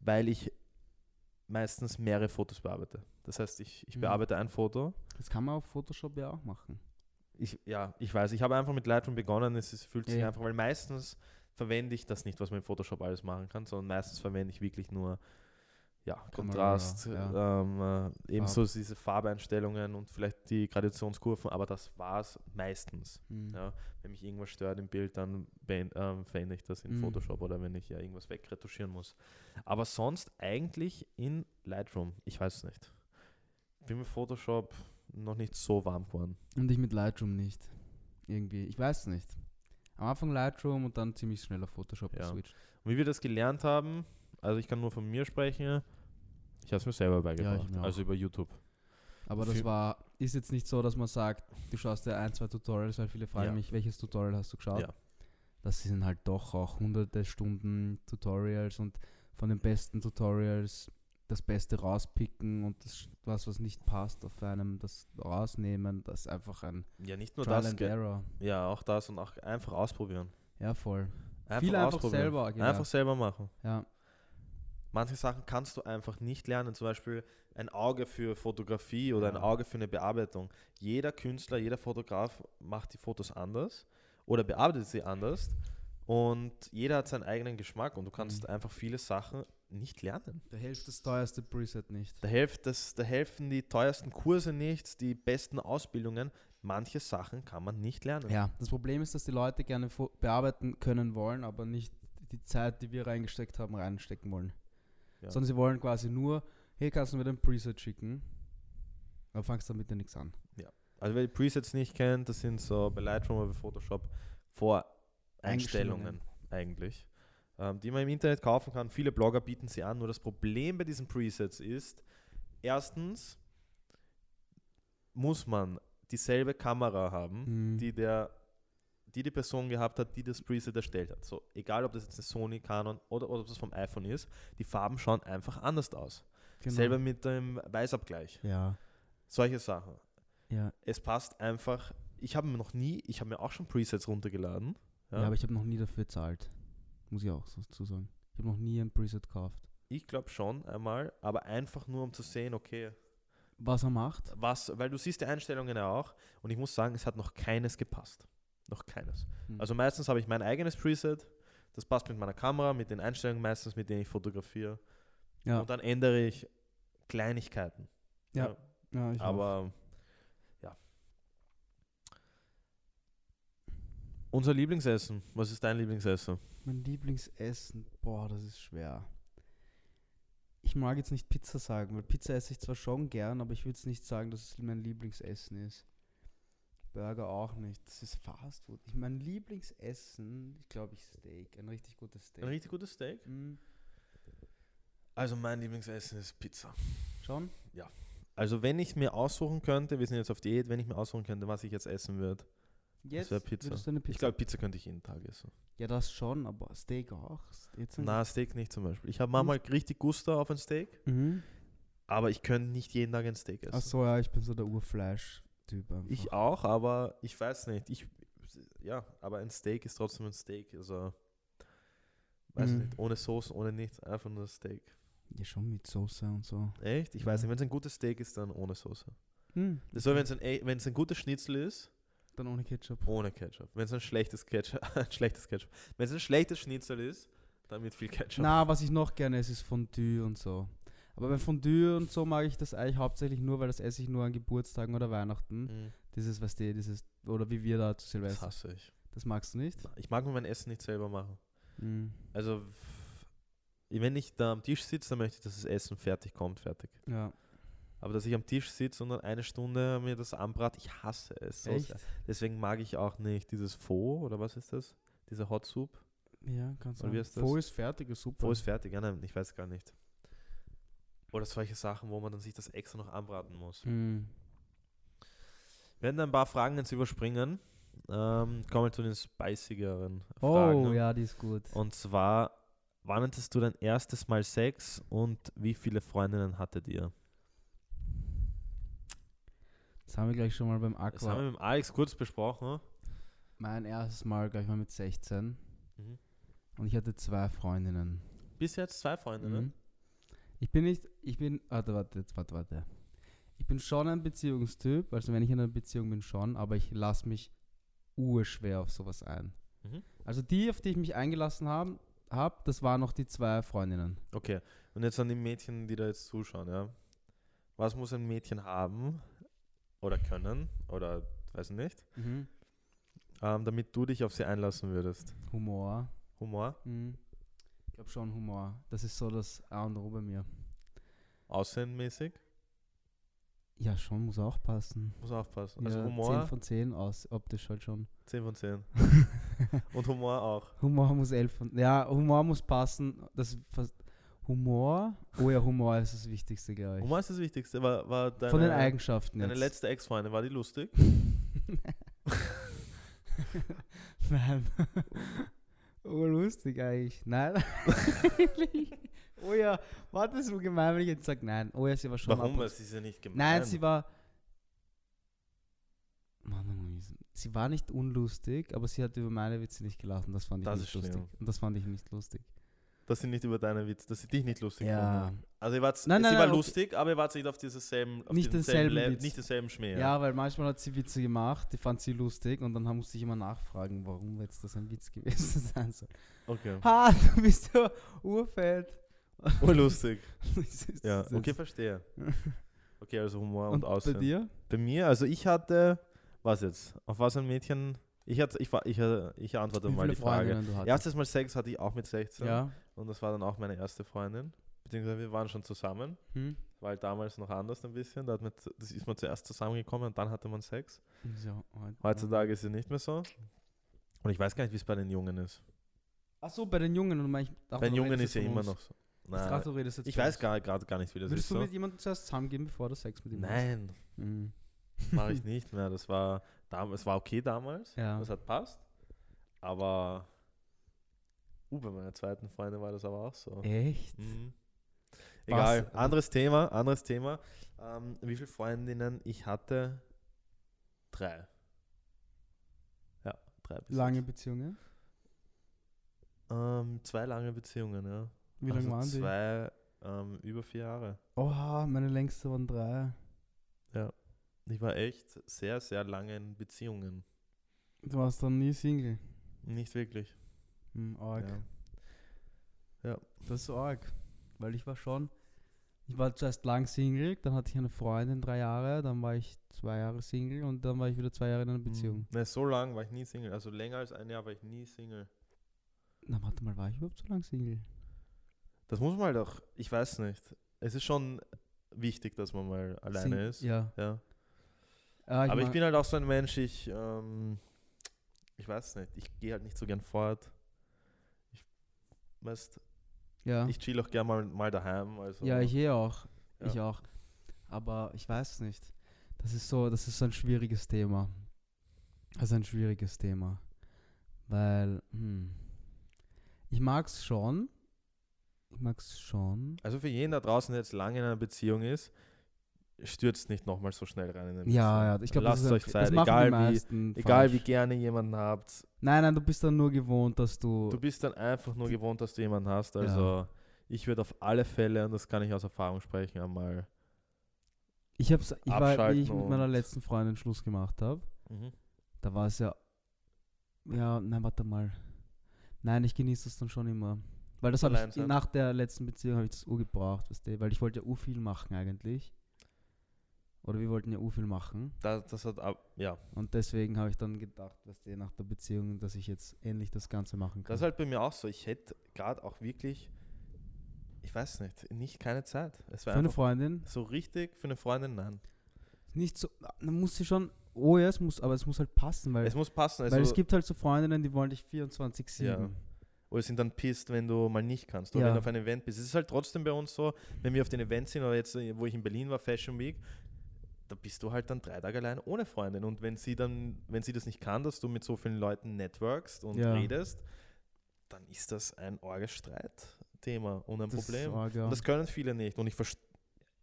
S1: weil ich meistens mehrere Fotos bearbeite. Das heißt, ich, ich
S2: Mhm.
S1: bearbeite ein Foto.
S2: Das kann man auf Photoshop ja auch machen.
S1: Ich, ja, ich weiß, ich habe einfach mit Lightroom begonnen. Es ist, fühlt sich
S2: Ja.
S1: einfach, weil meistens verwende ich das nicht, was man in Photoshop alles machen kann, sondern meistens verwende ich wirklich nur ja, Kontrast,
S2: ja.
S1: Ähm, äh, ebenso diese Farbeinstellungen und vielleicht die Gradationskurven, aber das war es meistens.
S2: Mhm.
S1: Ja, wenn mich irgendwas stört im Bild, dann beend- ähm, verändere ich das in
S2: Mhm.
S1: Photoshop oder wenn ich ja irgendwas wegretuschieren muss. Aber sonst eigentlich in Lightroom. Ich weiß es nicht. Bin mit Photoshop noch nicht so warm geworden.
S2: Und ich mit Lightroom nicht. Irgendwie. Ich weiß nicht. Am Anfang Lightroom und dann ziemlich schnell auf Photoshop
S1: Ja.
S2: geswitcht.
S1: Und wie wir das gelernt haben, also ich kann nur von mir sprechen. Ich habe es mir selber beigebracht,
S2: mir auch.
S1: also über YouTube.
S2: Aber das
S1: Für-
S2: war, ist jetzt nicht so, dass man sagt, du schaust dir ein, zwei Tutorials, weil viele fragen
S1: Ja.
S2: mich, welches Tutorial hast du geschaut?
S1: Ja.
S2: Das sind halt doch auch hunderte Stunden Tutorials und von den besten Tutorials das Beste rauspicken und das, was, was nicht passt, auf einem das rausnehmen. Das ist einfach ein
S1: Ja, nicht nur
S2: Trial
S1: das.
S2: and
S1: ge-
S2: Error.
S1: Ja, auch das und auch einfach ausprobieren.
S2: Ja, voll.
S1: Einfach
S2: Viel einfach
S1: ausprobieren.
S2: selber genau. gelernt.
S1: Einfach selber machen.
S2: Ja,
S1: Manche Sachen kannst du einfach nicht lernen. Zum Beispiel ein Auge für Fotografie oder ein
S2: Ja.
S1: Auge für eine Bearbeitung. Jeder Künstler, jeder Fotograf macht die Fotos anders oder bearbeitet sie anders. Und jeder hat seinen eigenen Geschmack und du kannst
S2: Mhm.
S1: einfach viele Sachen nicht lernen.
S2: da hilft das teuerste Preset nicht.
S1: Da, helft das, da helfen die teuersten Kurse nichts, die besten Ausbildungen. Manche Sachen kann man nicht lernen.
S2: Ja, das Problem ist, dass die Leute gerne fo- bearbeiten können wollen, aber nicht die Zeit, die wir reingesteckt haben, reinstecken wollen.
S1: Ja.
S2: Sondern sie wollen quasi nur, hey, kannst du mir den Preset schicken? Aber fangst damit ja nichts an.
S1: Also wer die Presets nicht kennt, das sind so bei Lightroom oder bei Photoshop Voreinstellungen
S2: Einstellungen.
S1: eigentlich, ähm, die man im Internet kaufen kann. Viele Blogger bieten sie an. Nur das Problem bei diesen Presets ist, erstens muss man dieselbe Kamera haben,
S2: Mhm.
S1: Hm? die der die die Person gehabt hat, die das Preset erstellt hat. So, egal ob das jetzt eine Sony, Canon oder, oder ob das vom iPhone ist, die Farben schauen einfach anders aus.
S2: Genau.
S1: Selber mit dem Weißabgleich.
S2: Ja,
S1: Solche Sachen
S2: ja.
S1: es passt einfach. Ich habe mir noch nie, ich habe mir auch schon Presets runtergeladen.
S2: Ja, aber ich habe noch nie dafür gezahlt. Muss ich auch so dazu sagen. Ich habe noch nie ein Preset gekauft.
S1: ich glaube schon einmal, aber einfach nur um zu sehen, okay,
S2: Was er macht?
S1: was, weil du siehst die Einstellungen ja auch und ich muss sagen, es hat noch keines gepasst. Noch keines.
S2: Hm.
S1: Also meistens habe ich mein eigenes Preset, das passt mit meiner Kamera, mit den Einstellungen meistens, mit denen ich fotografiere
S2: Ja,
S1: und dann ändere ich Kleinigkeiten.
S2: Ja, ja ich auch.
S1: Aber ja. Unser Lieblingsessen. Was ist dein Lieblingsessen?
S2: Mein Lieblingsessen, boah, das ist schwer. Ich mag jetzt nicht Pizza sagen, weil Pizza esse ich zwar schon gern, aber ich würde es nicht sagen, dass es mein Lieblingsessen ist. Burger auch nicht. Das ist Fast Food. Ich mein Lieblingsessen, ich glaube ich Steak, ein richtig gutes Steak.
S1: Ein richtig gutes Steak.
S2: Mm,
S1: Also mein Lieblingsessen ist Pizza.
S2: schon?
S1: Also wenn ich mir aussuchen könnte, wir sind jetzt auf Diät, wenn ich mir aussuchen könnte, was ich jetzt essen würde,
S2: Jetzt
S1: wär Pizza.
S2: würdest du eine Pizza.
S1: ich glaube Pizza könnte ich jeden Tag essen.
S2: ja, das schon, aber Steak auch. Jetzt ein-
S1: Na Steak nicht zum Beispiel. Ich habe manchmal richtig Gusto auf ein Steak,
S2: Mhm.
S1: aber ich könnte nicht jeden Tag ein Steak essen.
S2: Ach so, ja, ich bin so der Urfleisch-Typ. einfach.
S1: Ich auch, aber ich weiß nicht. Ich ja, aber ein Steak ist trotzdem ein Steak. Also weiß
S2: Mhm.
S1: nicht, ohne Soße, ohne nichts, einfach nur Steak.
S2: ja, schon mit Soße und so.
S1: Echt? Ich weiß
S2: Ja.
S1: nicht, wenn es ein gutes Steak ist, dann ohne Soße.
S2: Hm.
S1: So, wenn es ein, wenn es ein gutes Schnitzel ist,
S2: Dann ohne Ketchup.
S1: Ohne Ketchup. Wenn es ein schlechtes Ketchup, ein schlechtes Ketchup. Wenn es ein schlechtes Schnitzel ist, dann mit viel Ketchup.
S2: Na, was ich noch gerne esse, ist Fondue und so. Aber bei Fondue und so mag ich das eigentlich hauptsächlich nur, weil das esse ich nur an Geburtstagen oder Weihnachten.
S1: Mhm.
S2: Dieses, was du, dieses, oder wie wir da zu
S1: Das
S2: Silvester. Das,
S1: hasse ich.
S2: magst du nicht?
S1: Ich mag mir mein Essen nicht selber machen.
S2: Mhm.
S1: Also, f- wenn ich da am Tisch sitze, dann möchte ich, dass das Essen fertig kommt, fertig.
S2: Ja,
S1: Aber dass ich am Tisch sitze und dann eine Stunde mir das anbrat, ich hasse es. so
S2: echt?
S1: sehr. Deswegen mag ich auch nicht dieses Faux, oder was ist das? Diese Hot Soup.
S2: Ja, kannst
S1: Oder
S2: du.
S1: wie heißt das?
S2: Faux ist fertige Suppe.
S1: Faux ist fertig, ja, nein, ich weiß gar nicht. Oder solche Sachen, wo man dann sich das extra noch anbraten muss.
S2: Mhm.
S1: Wir werden ein paar Fragen jetzt überspringen. Ähm, kommen wir zu den spicigeren Fragen. ne?
S2: Oh, ja, die ist gut.
S1: Und zwar, wann hattest du dein erstes Mal Sex und wie viele Freundinnen hattet ihr?
S2: Das haben wir gleich schon mal beim
S1: Das haben
S2: Aqua.
S1: wir mit Alex kurz besprochen.
S2: Mein erstes Mal gleich mal mit 16.
S1: Mhm.
S2: Und ich hatte zwei Freundinnen.
S1: Bis jetzt zwei Freundinnen.
S2: Mhm. Ich bin nicht, ich bin, warte, warte, jetzt, warte, warte. Ich bin schon ein Beziehungstyp, also wenn ich in einer Beziehung bin, schon, aber ich lasse mich urschwer auf sowas ein.
S1: Mhm.
S2: Also die, auf die ich mich eingelassen habe, hab, das waren noch die zwei Freundinnen.
S1: Okay. Und jetzt an die Mädchen, die da jetzt zuschauen, ja. Was muss ein Mädchen haben oder können oder weiß nicht, ähm, damit du dich auf sie einlassen würdest?
S2: Humor.
S1: Humor,
S2: Mhm. Ich glaube schon Humor. Das ist so das A und O bei mir.
S1: aussehenmäßig,
S2: Ja, schon, muss auch passen.
S1: muss aufpassen. Also
S2: ja, 10
S1: Humor
S2: von 10 aus, optisch halt schon.
S1: 10 von 10. Und Humor auch.
S2: Humor muss elf von. Ja, Humor muss passen. Das fast Humor. Oh ja, Humor ist das Wichtigste, glaube ich.
S1: Humor ist das Wichtigste. War, war deine,
S2: von den Eigenschaften
S1: deine
S2: jetzt.
S1: letzte Ex-Freundin, war die lustig?
S2: Nein. Oh, lustig eigentlich. Nein. oh ja, war das so gemein, wenn ich jetzt sage, nein. Oh ja, sie war schon. ab
S1: Warum?
S2: und-
S1: Es ist ja nicht gemein.
S2: Nein, sie war. Mann, Mann, Mann, sie war nicht unlustig, aber sie hat über meine Witze nicht gelacht und das fand ich
S1: Das
S2: nicht
S1: ist schlimm.
S2: lustig. Und das fand ich nicht lustig.
S1: dass sie nicht über deinen Witz, dass sie dich nicht lustig
S2: ja.
S1: gefunden hat. Also ihr wart, sie
S2: Nein, nein,
S1: war
S2: nein, okay.
S1: lustig, aber ihr wart nicht auf dieselben, auf
S2: Nicht
S1: diesem
S2: denselben
S1: selben
S2: Witz.
S1: nicht denselben Schmäh.
S2: Ja. weil manchmal hat sie Witze gemacht, die fand sie lustig und dann ha- musste ich immer nachfragen, warum jetzt das ein Witz gewesen sein soll.
S1: Okay.
S2: Ha, du bist ja urfett.
S1: Urlustig.
S2: Das ist-
S1: Ja,
S2: das
S1: okay,
S2: ist-
S1: verstehe. Okay, also Humor und,
S2: Und,
S1: Aussehen.
S2: bei dir?
S1: Bei mir, also ich hatte, was jetzt? Auf was ein Mädchen? Ich hatte, ich war, ich, äh, ich antworte
S2: Wie
S1: mal
S2: viele
S1: die Frage.
S2: Freundinnen du hattest?
S1: Erstes Mal Sex hatte ich auch mit 16
S2: Ja.
S1: und das war dann auch meine erste Freundin. Beziehungsweise wir waren schon zusammen,
S2: Hm?
S1: weil damals noch anders ein bisschen. Da hat man, z- das ist man zuerst zusammengekommen und dann hatte man Sex.
S2: So, heute-
S1: Heutzutage ist es nicht mehr so. Und ich weiß gar nicht, wie es bei den Jungen ist.
S2: Ach so, bei den Jungen. Und manch,
S1: bei den Jungen ist ja immer noch so.
S2: Na, ich
S1: Na,
S2: dachte, du redest jetzt
S1: ich
S2: von
S1: weiß
S2: uns.
S1: gar, gerade gar nicht, wie das
S2: Würdest
S1: ist.
S2: du
S1: So.
S2: mit jemandem zuerst zusammengehen, bevor du Sex mit ihm
S1: Nein,
S2: hast? Mhm.
S1: mache ich nicht mehr. Das war, dam- es war okay damals.
S2: Ja.
S1: Das hat passt. Aber uh, bei meiner zweiten Freundin war das aber auch so.
S2: Echt?
S1: Mhm.
S2: Was-
S1: Egal, anderes Thema, anderes Thema. Ähm, wie viele Freundinnen ich hatte? Drei. Ja, drei bis
S2: Lange
S1: jetzt.
S2: Beziehungen?
S1: Ähm, zwei lange Beziehungen, ja.
S2: Wie lange waren die?
S1: Also Zwei, ähm, über vier Jahre.
S2: Oha, meine längste waren drei.
S1: Ich war echt sehr, sehr lange in Beziehungen.
S2: Du warst dann nie Single.
S1: Nicht wirklich.
S2: Hm, arg.
S1: Ja.
S2: Das ist arg. Weil ich war schon, ich war zuerst lang Single, dann hatte ich eine Freundin drei Jahre, dann war ich zwei Jahre Single und dann war ich wieder zwei Jahre in einer Beziehung.
S1: Ne, so lang war ich nie Single. Also länger als ein Jahr war ich nie Single.
S2: Na, warte mal, war ich überhaupt so lang Single?
S1: Das muss man halt auch, ich weiß nicht. Es ist schon wichtig, dass man mal alleine
S2: Sing-
S1: ist.
S2: Ja.
S1: Ja.
S2: Ah,
S1: Aber ich
S2: mein-
S1: bin halt auch so ein Mensch, ich, ähm, ich weiß nicht, ich gehe halt nicht so gern fort. Ich, weißt,
S2: ja.
S1: ich chill auch gern mal, mal daheim. Also,
S2: Ja, ich eh auch.
S1: Ja.
S2: Ich auch. Aber ich weiß nicht. Das ist so, das ist so ein schwieriges Thema. Also ein schwieriges Thema. Weil, hm. Ich mag's schon. Ich mag's schon.
S1: also für jeden da draußen, der jetzt lange in einer Beziehung ist, stürzt nicht nochmal so schnell rein in eine Beziehung.
S2: Ja, ja, ich glaube, das,
S1: Lasst
S2: ist ein-
S1: euch Zeit,
S2: das machen die
S1: egal wie,
S2: meisten
S1: egal wie
S2: falsch.
S1: gerne jemanden habt.
S2: Nein, nein, du bist dann nur gewohnt, dass du.
S1: Du bist dann einfach nur
S2: Die-
S1: gewohnt, dass du jemanden hast.
S2: Ja.
S1: Also ich würde auf alle Fälle, und das kann ich aus Erfahrung sprechen, einmal.
S2: ich hab's, ich war, wie ich
S1: abschalten
S2: mit meiner
S1: und-
S2: letzten Freundin Schluss gemacht habe.
S1: Mhm.
S2: Da war es ja. Ja, nein, warte mal. Nein, ich genieße das dann schon immer. Weil das habe
S1: Allein
S2: ich
S1: sein.
S2: nach der letzten Beziehung habe ich das Uhr gebraucht, weißt du? Weil ich wollte ja u viel machen eigentlich. Oder wir wollten ja u viel machen.
S1: Das, das hat ab, ja.
S2: Und deswegen habe ich dann gedacht, weißt du, nach der Beziehung, dass ich jetzt endlich das Ganze machen kann.
S1: Das ist halt bei mir auch so. Ich hätte gerade auch wirklich, ich weiß nicht, nicht keine Zeit. Es
S2: Für
S1: war
S2: eine
S1: einfach
S2: Freundin.
S1: so richtig für eine Freundin, nein.
S2: Nicht so. Man muss sie schon. Oh ja, es muss, aber es muss halt passen, weil,
S1: Es muss passen. Also,
S2: weil es gibt halt so Freundinnen, die wollen dich 24-7.
S1: Ja. oder sind dann pisst, wenn du mal nicht kannst oder
S2: Ja.
S1: wenn du auf einem Event bist. Es ist halt trotzdem bei uns so, wenn wir auf den Events sind oder jetzt, äh, wo ich in Berlin war, Fashion Week, da bist du halt dann drei Tage allein ohne Freundin. Und wenn sie dann, wenn sie das nicht kann, dass du mit so vielen Leuten networkst und
S2: Ja.
S1: redest, dann ist das ein orges Streitthema und ein
S2: Das ist
S1: Problem.
S2: arg, ja.
S1: Und das können viele nicht. Und ich verst-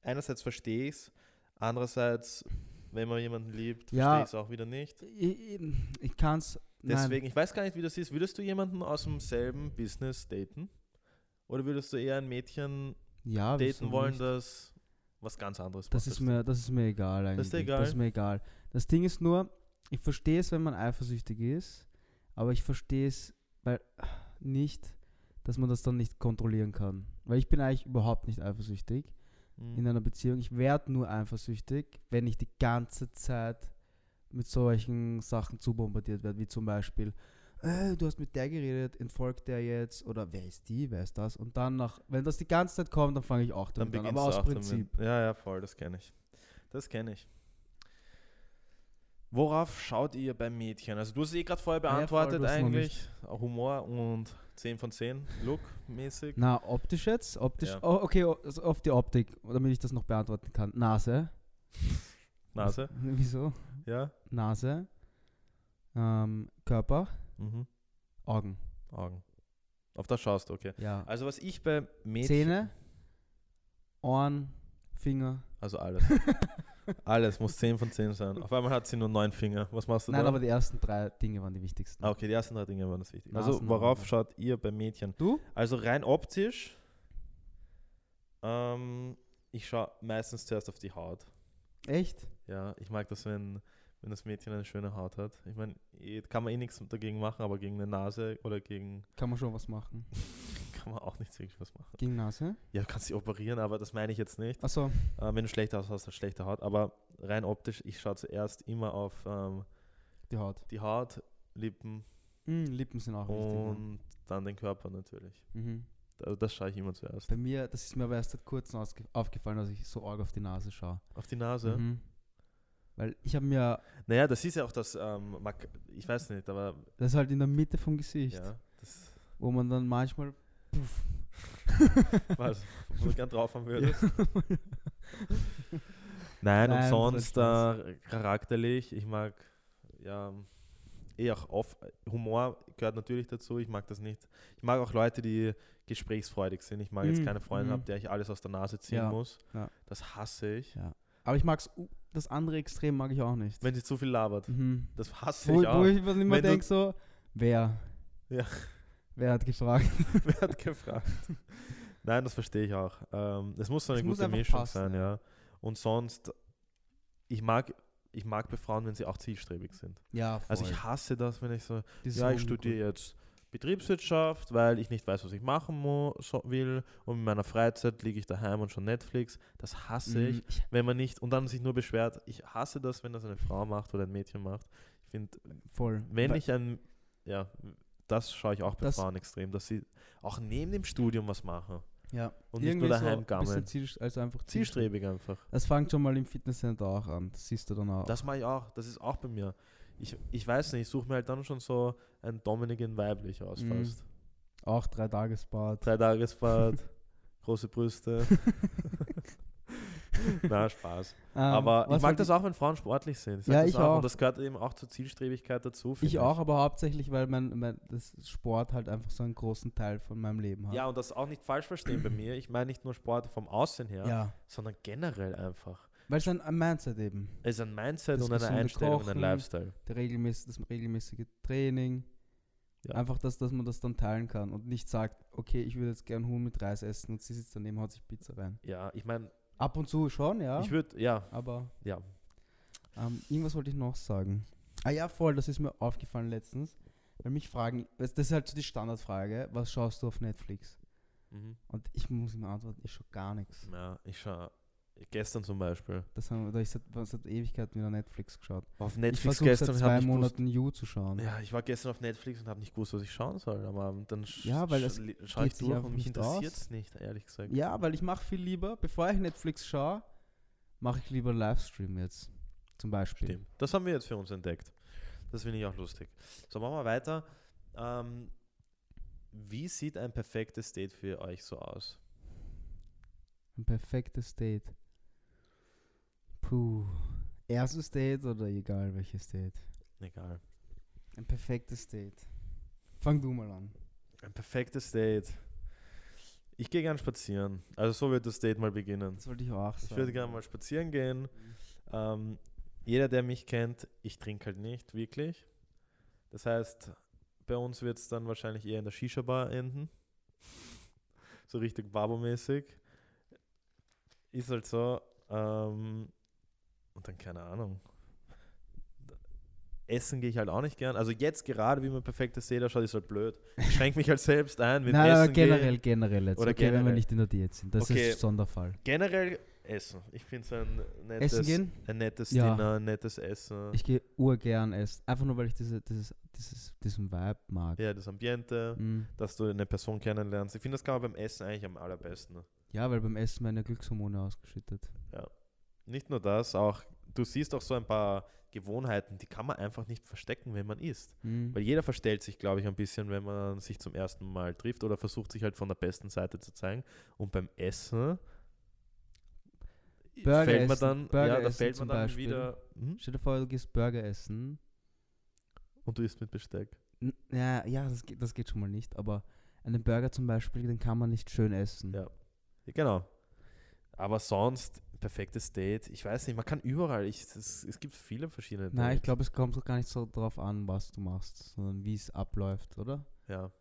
S1: einerseits verstehe ich es, andererseits, wenn man jemanden liebt,
S2: Ja.
S1: verstehe ich es auch wieder nicht.
S2: ich, ich, ich kann's.
S1: Deswegen, ich weiß gar nicht, wie das ist. Würdest du jemanden aus demselben Business daten? Oder würdest du eher ein Mädchen
S2: nein. Ja, wieso
S1: daten wollen,
S2: nicht?
S1: das was ganz anderes
S2: Das ist, mir, das ist mir egal eigentlich.
S1: ist dir
S2: Das ist
S1: egal?
S2: mir egal. Das Ding ist nur, ich verstehe es, wenn man eifersüchtig ist, aber ich verstehe es weil, nicht, dass man das dann nicht kontrollieren kann. Weil ich bin eigentlich überhaupt nicht eifersüchtig
S1: Mhm.
S2: in einer Beziehung. Ich werde nur eifersüchtig, wenn ich die ganze Zeit mit solchen Sachen zubombardiert werde, wie zum Beispiel, äh, du hast mit der geredet, entfolgt der jetzt oder wer ist die, wer ist das? Und dann nach, wenn das die ganze Zeit kommt, dann fange ich auch
S1: Dann
S2: damit an.
S1: beginnst
S2: Aber
S1: du
S2: aus
S1: auch damit.
S2: Prinzip.
S1: Ja, ja, voll, das kenne ich. Das kenne ich. Worauf schaut ihr beim Mädchen? Also du hast eh gerade vorher
S2: Ja, voll,
S1: beantwortet
S2: du hast noch
S1: eigentlich. Humor und 10 von 10, Look-mäßig.
S2: Na, optisch jetzt? Optisch?
S1: Ja.
S2: Oh, okay, o- also auf die Optik, damit ich das noch beantworten kann. Nase.
S1: Nase,
S2: Wieso?
S1: ja.
S2: Nase. Ähm, Körper.
S1: Mhm.
S2: Augen.
S1: Augen. Auf das schaust du, okay.
S2: Ja.
S1: Also was ich bei Mädchen...
S2: Zähne, Ohren, Finger.
S1: Also alles. alles muss 10 von 10 sein. Auf einmal hat sie nur 9 Finger. Was machst du
S2: Nein,
S1: da?
S2: aber die ersten drei Dinge waren die wichtigsten.
S1: ah, okay, die ersten drei Dinge waren das wichtig. Also
S2: Nasen,
S1: worauf
S2: Augen.
S1: schaut ihr bei Mädchen?
S2: Du?
S1: Also rein optisch, ähm, ich schaue meistens zuerst auf die Haut.
S2: Echt?
S1: Ja, ich mag das, wenn, wenn das Mädchen eine schöne Haut hat. Ich meine, eh, kann man eh nichts dagegen machen, aber gegen eine Nase oder gegen
S2: Kann man schon was machen.
S1: kann man auch nichts wirklich was machen.
S2: Gegen Nase?
S1: Ja, du kannst sie operieren, aber das meine ich jetzt nicht.
S2: Achso,
S1: Äh, wenn du schlecht ausschaust, dann schlechte Haut. Aber rein optisch, ich schaue zuerst immer auf ähm,
S2: die Haut.
S1: die Haut, Lippen
S2: Mm, Lippen sind auch wichtig.
S1: und dann den Körper natürlich.
S2: Ja. Mhm.
S1: Also das schaue ich immer zuerst.
S2: Bei mir, das ist mir aber erst seit kurzem ausge- aufgefallen, dass ich so arg auf die Nase schaue.
S1: Auf die Nase.
S2: Mhm. Weil ich habe mir,
S1: Naja, das ist ja auch das, ähm, Mak- ich weiß nicht, aber
S2: das ist halt in der Mitte vom Gesicht,
S1: ja, das,
S2: wo man dann manchmal, puff.
S1: was, wo ich gern drauf haben würde. Nein, und
S2: Nein, das war
S1: sonst
S2: Spaß.
S1: äh, charakterlich, ich mag ja eh auch auf Humor gehört natürlich dazu, ich mag das nicht. Ich mag auch Leute, die gesprächsfreudig sind. Ich mag jetzt
S2: Mm,
S1: keine Freundin
S2: mm.
S1: habe, der ich alles aus der Nase ziehen
S2: Ja,
S1: muss.
S2: ja.
S1: Das hasse ich.
S2: Aber ich mag's, u- das andere Extrem mag ich auch nicht.
S1: Wenn sie zu viel labert,
S2: Mhm.
S1: das hasse
S2: Wo,
S1: ich auch.
S2: wo ich mir immer
S1: Wenn du-
S2: denke so, wer?
S1: Ja.
S2: Wer hat gefragt?
S1: Wer hat gefragt? Nein, das verstehe ich auch. Ähm, es muss so eine
S2: Es muss
S1: gute
S2: einfach
S1: Mischung
S2: passen,
S1: sein,
S2: ja.
S1: ja. Und sonst, ich mag, ich mag bei Frauen, wenn sie auch zielstrebig sind.
S2: Ja,
S1: Also ich hasse das, wenn ich so,
S2: Dieses
S1: ja, ich
S2: Rumgegucke.
S1: studiere jetzt Betriebswirtschaft, weil ich nicht weiß, was ich machen mu so will. Und in meiner Freizeit liege ich daheim und schon Netflix. Das hasse
S2: Mhm.
S1: ich. Wenn man nicht, und dann sich nur beschwert, ich hasse das, wenn das eine Frau macht oder ein Mädchen macht. Ich finde,
S2: Voll.
S1: wenn
S2: Weil-
S1: ich ein, ja, das schaue ich auch bei
S2: Das-
S1: Frauen extrem, dass sie auch neben dem Studium was machen
S2: ja,
S1: und nicht nur daheim gammeln.
S2: Ziel, also einfach zielstrebig.
S1: Zielstrebig einfach.
S2: Das fängt schon mal im Fitnesscenter auch an. Das siehst du dann auch.
S1: Das mache ich auch, das ist auch bei mir. Ich, ich weiß nicht, ich suche mir halt dann schon so ein Dominik in weiblich aus
S2: Mhm.
S1: fast.
S2: auch drei Tagesbad.
S1: Drei Tagesbad, große Brüste. Na, Spaß.
S2: Ähm,
S1: Aber ich
S2: halt
S1: mag das auch, wenn Frauen sportlich sind. sag
S2: Ja,
S1: das
S2: ich auch.
S1: Und das gehört eben auch zur Zielstrebigkeit dazu. find
S2: Ich auch, aber hauptsächlich, weil mein, mein das Sport halt einfach so einen großen Teil von meinem Leben hat.
S1: Ja, und das auch nicht falsch verstehen bei mir. Ich meine nicht nur Sport vom Aussehen her,
S2: Ja.
S1: sondern generell einfach.
S2: Weil es ein, ein Mindset halt eben.
S1: Es ist ein Mindset
S2: Das
S1: und eine
S2: gesunde
S1: Einstellung und
S2: Kochen.
S1: ein Lifestyle.
S2: Der regelmäß, das regelmäßige Training.
S1: Ja.
S2: Einfach, dass, dass man das dann teilen kann und nicht sagt, okay, ich würde jetzt gern Huhn mit Reis essen und sie sitzt daneben, haut sich Pizza rein.
S1: Ja, ich meine,
S2: Ab und zu schon, ja.
S1: ich würde, ja,
S2: aber
S1: ja.
S2: ähm, irgendwas wollte ich noch sagen. Ah ja, voll, das ist mir aufgefallen letztens. Weil mich fragen, das ist halt so die Standardfrage, was schaust du auf Netflix?
S1: Mhm.
S2: Und ich muss immer antworten, ich schaue gar nichts.
S1: Ja, ich schaue gestern zum Beispiel.
S2: Das haben wir, da ich seit, seit Ewigkeiten wieder Netflix geschaut.
S1: Auf
S2: ich
S1: Netflix
S2: versuche seit
S1: gestern
S2: zwei
S1: habe ich gewusst-
S2: Monaten You zu schauen.
S1: Ja, ich war gestern auf Netflix und habe nicht gewusst, was ich schauen soll am Abend. Dann sch
S2: Ja, weil es
S1: schaue ich
S2: geht sich
S1: durch
S2: einfach
S1: und mich
S2: nicht aus.
S1: interessiert es nicht, ehrlich gesagt.
S2: Ja, weil ich mache viel lieber, bevor ich Netflix schaue, mache ich lieber einen Livestream jetzt. Zum Beispiel.
S1: Stimmt. Das haben wir jetzt für uns entdeckt. Das finde ich auch lustig. So, machen wir weiter. Ähm, wie sieht ein perfektes Date für euch so aus?
S2: Ein perfektes Date. Puh. Erstes Date oder egal welches Date?
S1: Egal.
S2: Ein perfektes Date. Fang du mal an.
S1: Ein perfektes Date. Ich gehe gern spazieren. Also so wird das Date mal beginnen.
S2: Das wollte ich auch sagen.
S1: Ich würde gerne mal spazieren gehen. Ähm, jeder, der mich kennt, ich trinke halt nicht, wirklich. Das heißt, bei uns wird es dann wahrscheinlich eher in der Shisha-Bar enden. So richtig Babo-mäßig. Ist halt so. Ähm, und dann keine Ahnung. Essen gehe ich halt auch nicht gern. Also jetzt gerade, wie mein perfektes Seder schaut, ist halt blöd. Ich schränke mich halt selbst ein. Wenn
S2: Nein,
S1: Essen
S2: aber generell,
S1: Gehe.
S2: generell jetzt.
S1: Oder
S2: Oder okay, wenn wir
S1: generell.
S2: nicht in der Diät sind. Das
S1: Okay.
S2: ist Sonderfall.
S1: Generell Essen. Ich finde es ein nettes...
S2: Essen gehen?
S1: Ein nettes
S2: Ja.
S1: Dinner, ein nettes Essen.
S2: Ich gehe urgern essen. Einfach nur, weil ich diese, dieses, dieses, diesen Vibe mag.
S1: ja, das Ambiente,
S2: Mhm.
S1: dass du eine Person kennenlernst. Ich finde, das kann man beim Essen eigentlich am allerbesten.
S2: Ja, weil beim Essen werden ja Glückshormone ausgeschüttet.
S1: Nicht nur das, auch du siehst auch so ein paar Gewohnheiten, die kann man einfach nicht verstecken, wenn man isst.
S2: Mhm.
S1: Weil jeder verstellt sich, glaube ich, ein bisschen, wenn man sich zum ersten Mal trifft oder versucht sich halt von der besten Seite zu zeigen. Und beim Essen
S2: Burger
S1: fällt man
S2: essen,
S1: dann,
S2: Burger
S1: ja, da
S2: essen
S1: fällt
S2: zum
S1: man dann
S2: Beispiel.
S1: wieder. Hm?
S2: Stell dir vor, du gehst Burger essen
S1: Und du isst mit Besteck.
S2: N- Ja, ja das, geht, das geht schon mal nicht, aber einen Burger zum Beispiel, den kann man nicht schön essen.
S1: Ja. Genau. Aber sonst, perfektes Date. Ich weiß nicht, man kann überall. Ich, es, es gibt viele verschiedene
S2: Nein, ich
S1: Dates.
S2: glaube, es kommt doch gar nicht so drauf an, was du machst, sondern wie es abläuft, oder?
S1: Ja.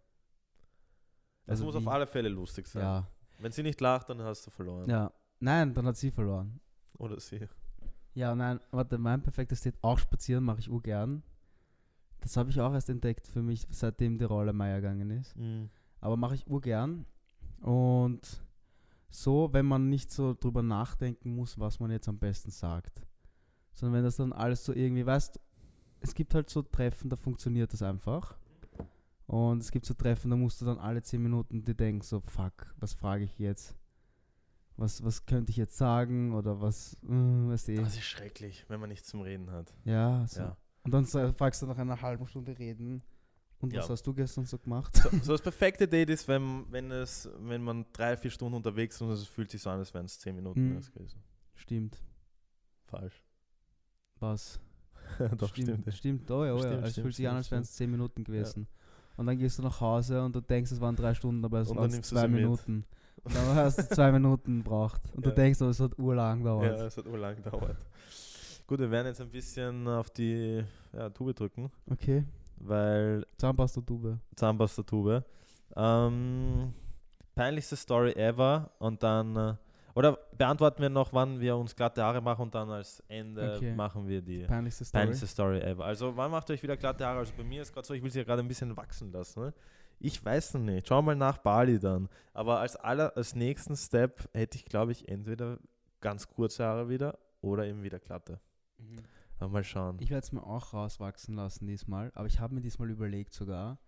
S1: Es
S2: Also
S1: muss
S2: wie-
S1: auf alle Fälle lustig sein.
S2: Ja.
S1: Wenn sie nicht lacht, dann hast du verloren.
S2: Ja. Nein, dann hat sie verloren.
S1: Oder sie.
S2: Ja, nein, warte, mein perfektes Date, auch spazieren mache ich urgern. Das habe ich auch erst entdeckt für mich, seitdem die Rolle Meier gegangen ist. Aber mache ich urgern. Und so, wenn man nicht so drüber nachdenken muss, was man jetzt am besten sagt. Sondern wenn das dann alles so irgendwie, weißt es gibt halt so Treffen, da funktioniert das einfach. Und es gibt so Treffen, da musst du dann alle 10 Minuten dir denken, so, fuck, was frage ich jetzt? Was, was könnte ich jetzt sagen? Oder was, äh, weißt du,
S1: Das ist schrecklich, wenn man nichts zum Reden hat.
S2: ja,
S1: Also
S2: so.
S1: Ja.
S2: Und dann sa- fragst du nach einer halben Stunde reden. Und
S1: Ja.
S2: was hast du gestern so gemacht?
S1: So, so das perfekte Date ist, wenn, wenn, es, wenn man drei, vier Stunden unterwegs ist und es fühlt sich so an, als wären es zehn Minuten
S2: Mhm.
S1: erst gewesen.
S2: Stimmt.
S1: Falsch.
S2: Was?
S1: Doch, stimmt.
S2: Stimmt, Oh ja, oh ja.
S1: Stimmt,
S2: es
S1: stimmt,
S2: fühlt sich an, als wären es 10 Minuten gewesen. Und dann gehst du nach Hause und du denkst, es waren drei Stunden, aber es
S1: Und dann
S2: waren
S1: nimmst du
S2: zwei
S1: sie mit.
S2: Minuten. Und dann hast du zwei Minuten gebraucht. Und
S1: Ja.
S2: du denkst, aber es hat urlang gedauert.
S1: Ja, es hat urlang gedauert. Gut, wir werden jetzt ein bisschen auf die ja, Tube drücken,
S2: Okay.
S1: weil
S2: Zahnpasta Tube.
S1: Zahnpasta-Tube. Ähm, peinlichste Story ever und dann. Äh, oder beantworten wir noch, wann wir uns glatte Haare machen und dann als Ende
S2: Okay.
S1: machen wir die
S2: Peinlichste Story.
S1: peinlichste Story ever. Also, wann macht ihr euch wieder glatte Haare? Also, bei mir ist gerade so, ich will sie ja gerade ein bisschen wachsen lassen. Ne? Ich weiß noch nicht. Schau mal nach Bali dann. Aber als, aller, als nächsten Step hätte ich, glaube ich, entweder ganz kurze Haare wieder oder eben wieder glatte.
S2: Mhm.
S1: Aber mal schauen.
S2: Ich werde es mir auch rauswachsen lassen diesmal, aber ich habe mir diesmal überlegt sogar.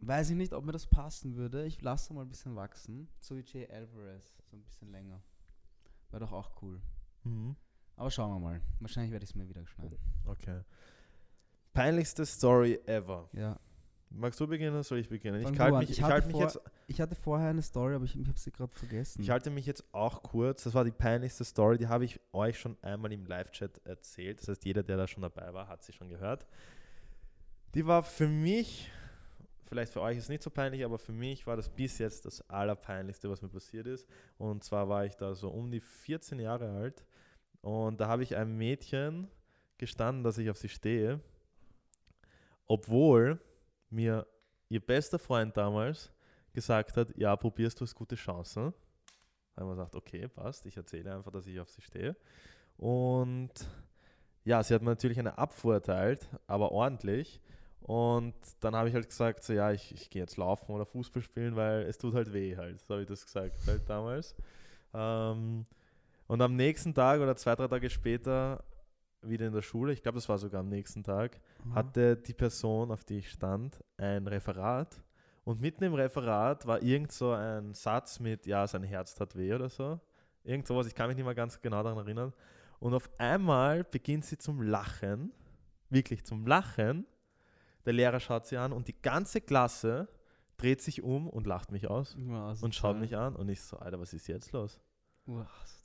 S2: Weiß ich nicht, ob mir das passen würde. Ich lasse mal ein bisschen wachsen. So wie Jay Alvarez, so ein bisschen länger. Wäre doch auch cool.
S1: Mhm.
S2: Aber schauen wir mal. Wahrscheinlich werde ich es mir wieder schneiden.
S1: Okay. Peinlichste Story ever.
S2: Ja.
S1: Magst du beginnen oder soll ich beginnen?
S2: Fang
S1: Ich
S2: du
S1: halte
S2: an.
S1: mich,
S2: Ich
S1: ich
S2: hatte
S1: halt mich,
S2: vor-
S1: jetzt-
S2: Ich hatte vorher eine Story, aber ich, ich habe sie gerade vergessen.
S1: ich halt halte mich jetzt auch kurz. Das war die peinlichste Story, die habe ich euch schon einmal im Live-Chat erzählt. Das heißt, jeder, der da schon dabei war, hat sie schon gehört. Die war für mich, vielleicht für euch ist nicht so peinlich, aber für mich war das bis jetzt das Allerpeinlichste, was mir passiert ist. Und zwar war ich da so um die 14 Jahre alt und da habe ich einem Mädchen gestanden, dass ich auf sie stehe, obwohl mir ihr bester Freund damals gesagt hat, ja, probierst du es, gute Chancen. Da haben wir gesagt, okay, passt, ich erzähle einfach, dass ich auf sie stehe. Und ja, sie hat mir natürlich eine Abfuhr erteilt, aber ordentlich. Und dann habe ich halt gesagt, so ja, ich, ich gehe jetzt laufen oder Fußball spielen, weil es tut halt weh halt. So habe ich das gesagt halt damals. Ähm, und am nächsten Tag oder zwei, drei Tage später, wieder in der Schule, ich glaube, das war sogar am nächsten Tag,
S2: Aha.
S1: Mhm. hatte die Person, auf die ich stand, ein Referat. Und mitten im Referat war irgend so ein Satz mit, ja, sein Herz tat weh oder so. Irgend sowas, ich kann mich nicht mehr ganz genau daran erinnern. Und auf einmal beginnt sie zum Lachen, wirklich zum Lachen. Der Lehrer schaut sie an und die ganze Klasse dreht sich um und lacht mich aus
S2: Ja,
S1: und schaut
S2: asozial.
S1: mich an. Und ich so, Alter, was ist jetzt los?
S2: Urasozial.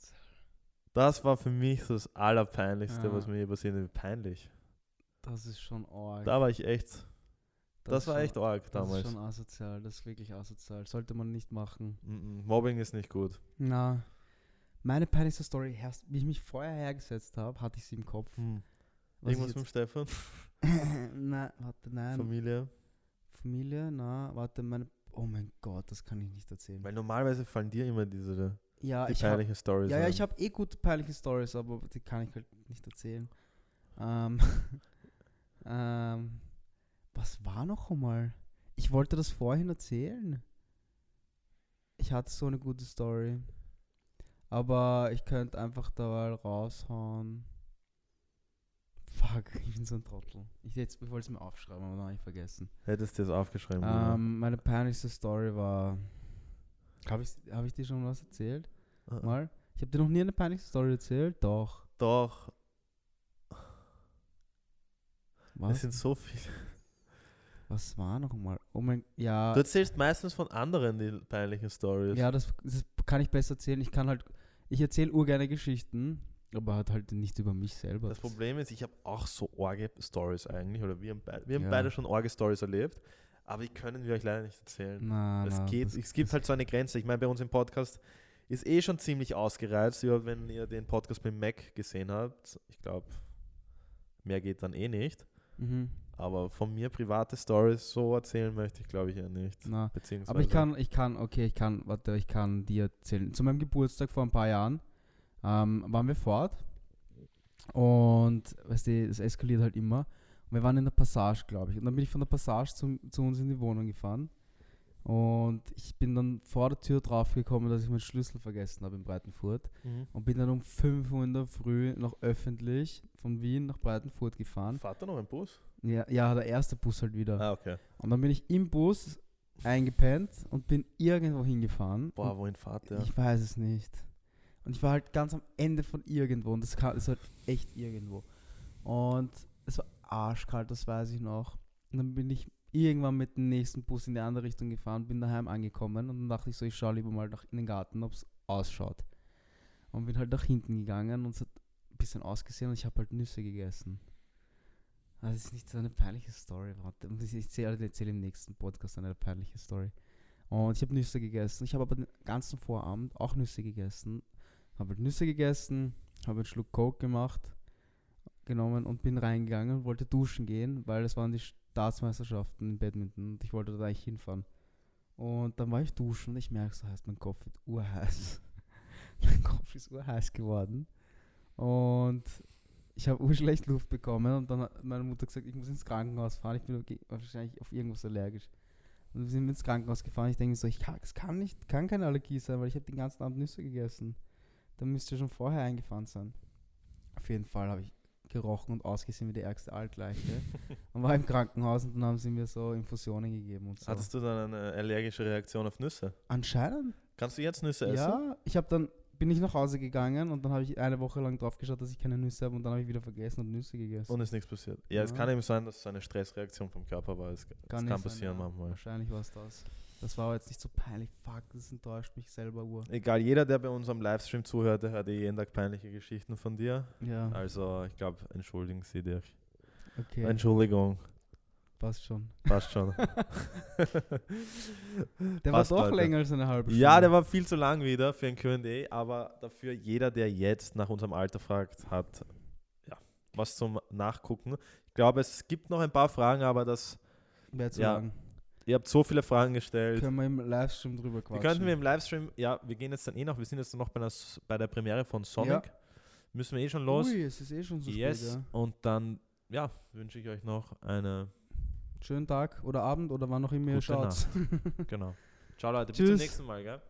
S1: Das war für mich so das Allerpeinlichste,
S2: Ja.
S1: was mir hier passiert ist. Peinlich.
S2: Das ist schon arg.
S1: Da war ich echt, das,
S2: ist
S1: war
S2: schon-
S1: echt arg
S2: Das
S1: damals.
S2: ist schon asozial. Das ist wirklich asozial. Sollte man nicht machen.
S1: Mm-mm. Mobbing ist nicht gut.
S2: Na, meine peinlichste Story, erst wie ich mich vorher hergesetzt habe, hatte ich sie im Kopf. Was ich
S1: Hm. Irgendwas mit Stefan,
S2: jetzt- Na, warte, nein.
S1: Familie.
S2: Familie, na, warte, meine. Oh mein Gott, das kann ich nicht erzählen.
S1: Weil normalerweise fallen dir immer diese
S2: Ja,
S1: die
S2: ich habe
S1: peinlichen Stories halt.
S2: ja, ja,
S1: ein.
S2: ich habe eh gute peinliche Stories, aber die kann ich halt nicht erzählen. Ähm, ähm, was war noch einmal? Ich wollte das vorhin erzählen. Ich hatte so eine gute Story. Aber ich könnte einfach da mal raushauen. Fuck, ich bin so ein Trottel. Ich, jetzt- ich wollte es mir aufschreiben, aber dann habe ich vergessen.
S1: Hättest du das aufgeschrieben. Bruder.
S2: Ähm, meine peinlichste Story war. Habe ich, hab ich dir schon was erzählt?
S1: Ah, ah.
S2: Mal. Ich habe dir noch nie eine peinliche Story erzählt. Doch.
S1: Doch, es
S2: Was,
S1: sind so viele.
S2: was war noch mal? Oh mein Ja.
S1: Du erzählst meistens von anderen die peinlichen Stories.
S2: ja, das, das kann ich besser erzählen. Ich kann halt. Ich erzähle urgerne Geschichten. Aber hat halt nicht über mich selber.
S1: Das Problem ist, ich habe auch so Orge-Stories eigentlich, oder wir haben, beid- wir haben
S2: Ja.
S1: beide schon Orge-Stories erlebt, aber die können wir euch leider nicht erzählen.
S2: Na,
S1: es,
S2: na,
S1: geht,
S2: das-
S1: es gibt
S2: das-
S1: halt so eine Grenze. Ich meine, bei uns im Podcast ist eh schon ziemlich ausgereizt, ja, wenn ihr den Podcast mit Mac gesehen habt. Ich glaube, mehr geht dann eh nicht.
S2: Mhm.
S1: Aber von mir private Stories so erzählen möchte ich, glaube ich, ja nicht.
S2: Na.
S1: Beziehungsweise,
S2: Aber ich kann, ich kann, okay, ich kann, warte, ich kann dir erzählen. Zu meinem Geburtstag vor ein paar Jahren ähm, waren wir fort und, weißt du, es eskaliert halt immer. Und wir waren in der Passage, glaube ich. Und dann bin ich von der Passage zum, zu uns in die Wohnung gefahren und ich bin dann vor der Tür draufgekommen, dass ich meinen Schlüssel vergessen habe in Breitenfurt
S1: Mhm.
S2: und bin dann um 5 Uhr in der Früh noch öffentlich von Wien nach Breitenfurt gefahren.
S1: Fahrt ihr noch im Bus?
S2: Ja, ja der erste Bus halt wieder.
S1: Ah, okay.
S2: Und dann bin ich im Bus eingepennt und bin irgendwo hingefahren.
S1: Boah, wohin fahrt
S2: und
S1: ihr?
S2: ich weiß es nicht. Und ich war halt ganz am Ende von irgendwo und das kam- das war halt echt irgendwo. Und es war arschkalt, das weiß ich noch. Und dann bin ich irgendwann mit dem nächsten Bus in die andere Richtung gefahren, bin daheim angekommen und dann dachte ich so, ich schaue lieber mal nach in den Garten, ob es ausschaut. Und bin halt nach hinten gegangen und es hat ein bisschen ausgesehen und ich habe halt Nüsse gegessen. Also es ist nicht so eine peinliche Story, warte. muss Ich erzähle erzähl im nächsten Podcast eine peinliche Story. Und ich habe Nüsse gegessen. Ich habe aber den ganzen Vorabend auch Nüsse gegessen. Habe halt Nüsse gegessen, habe einen Schluck Coke gemacht, genommen und bin reingegangen und wollte duschen gehen, weil es waren die Staatsmeisterschaften in Badminton und ich wollte da eigentlich hinfahren. Und dann war ich duschen und ich merke so heiß, mein Kopf wird urheiß. mein Kopf ist urheiß geworden. Und ich habe urschlecht Luft bekommen und dann hat meine Mutter gesagt, ich muss ins Krankenhaus fahren, ich bin ge- wahrscheinlich auf irgendwas allergisch. Und wir sind ins Krankenhaus gefahren. Ich denke mir so, ich kann, es kann nicht, kann keine Allergie sein, weil ich habe den ganzen Abend Nüsse gegessen. Da müsste schon vorher eingefahren sein. Auf jeden Fall habe ich gerochen und ausgesehen wie der ärgste Altleiche. und war im Krankenhaus und dann haben sie mir so Infusionen gegeben und so.
S1: Hattest du dann eine allergische Reaktion auf Nüsse?
S2: Anscheinend
S1: Kannst du jetzt Nüsse essen?
S2: ja, ich habe dann bin ich nach Hause gegangen und dann habe ich eine Woche lang drauf geschaut, dass ich keine Nüsse habe und dann habe ich wieder vergessen und Nüsse gegessen.
S1: Und ist nichts passiert. Ja, es
S2: Ja.
S1: kann eben sein, dass es eine Stressreaktion vom Körper war. Es, es kann,
S2: nicht sein,
S1: passieren
S2: ja.
S1: manchmal.
S2: Wahrscheinlich war es das. Das war aber jetzt nicht so peinlich. Fuck, das enttäuscht mich selber ur.
S1: Egal, jeder, der bei uns am Livestream zuhört, der hört eh jeden Tag peinliche Geschichten von dir.
S2: Ja,
S1: Also, ich glaube, entschuldigen Sie dich.
S2: okay,
S1: Entschuldigung,
S2: passt schon.
S1: passt schon.
S2: Der war
S1: Passt,
S2: doch
S1: Leute.
S2: länger als eine halbe Stunde.
S1: ja, der war viel zu lang wieder für ein QA, aber dafür jeder, der jetzt nach unserem Alter fragt, hat ja, was zum Nachgucken. Ich glaube, es gibt noch ein paar Fragen, aber das,
S2: Wär zu
S1: ja,
S2: lang.
S1: ihr habt so viele Fragen gestellt.
S2: Können wir im Livestream drüber quatschen.
S1: Die könnten wir im Livestream, ja, wir gehen jetzt dann eh noch, wir sind jetzt noch bei der, S- bei der Premiere von Sonic. Müssen wir eh schon los.
S2: Ui, es ist eh schon so
S1: yes.
S2: spät,
S1: Und dann, ja, wünsche ich euch noch eine,
S2: ja. Schönen Tag oder Abend oder wann auch immer ihr
S1: Gute
S2: schaut.
S1: genau. Ciao Leute, bis
S2: Tschüss.
S1: zum nächsten Mal, gell?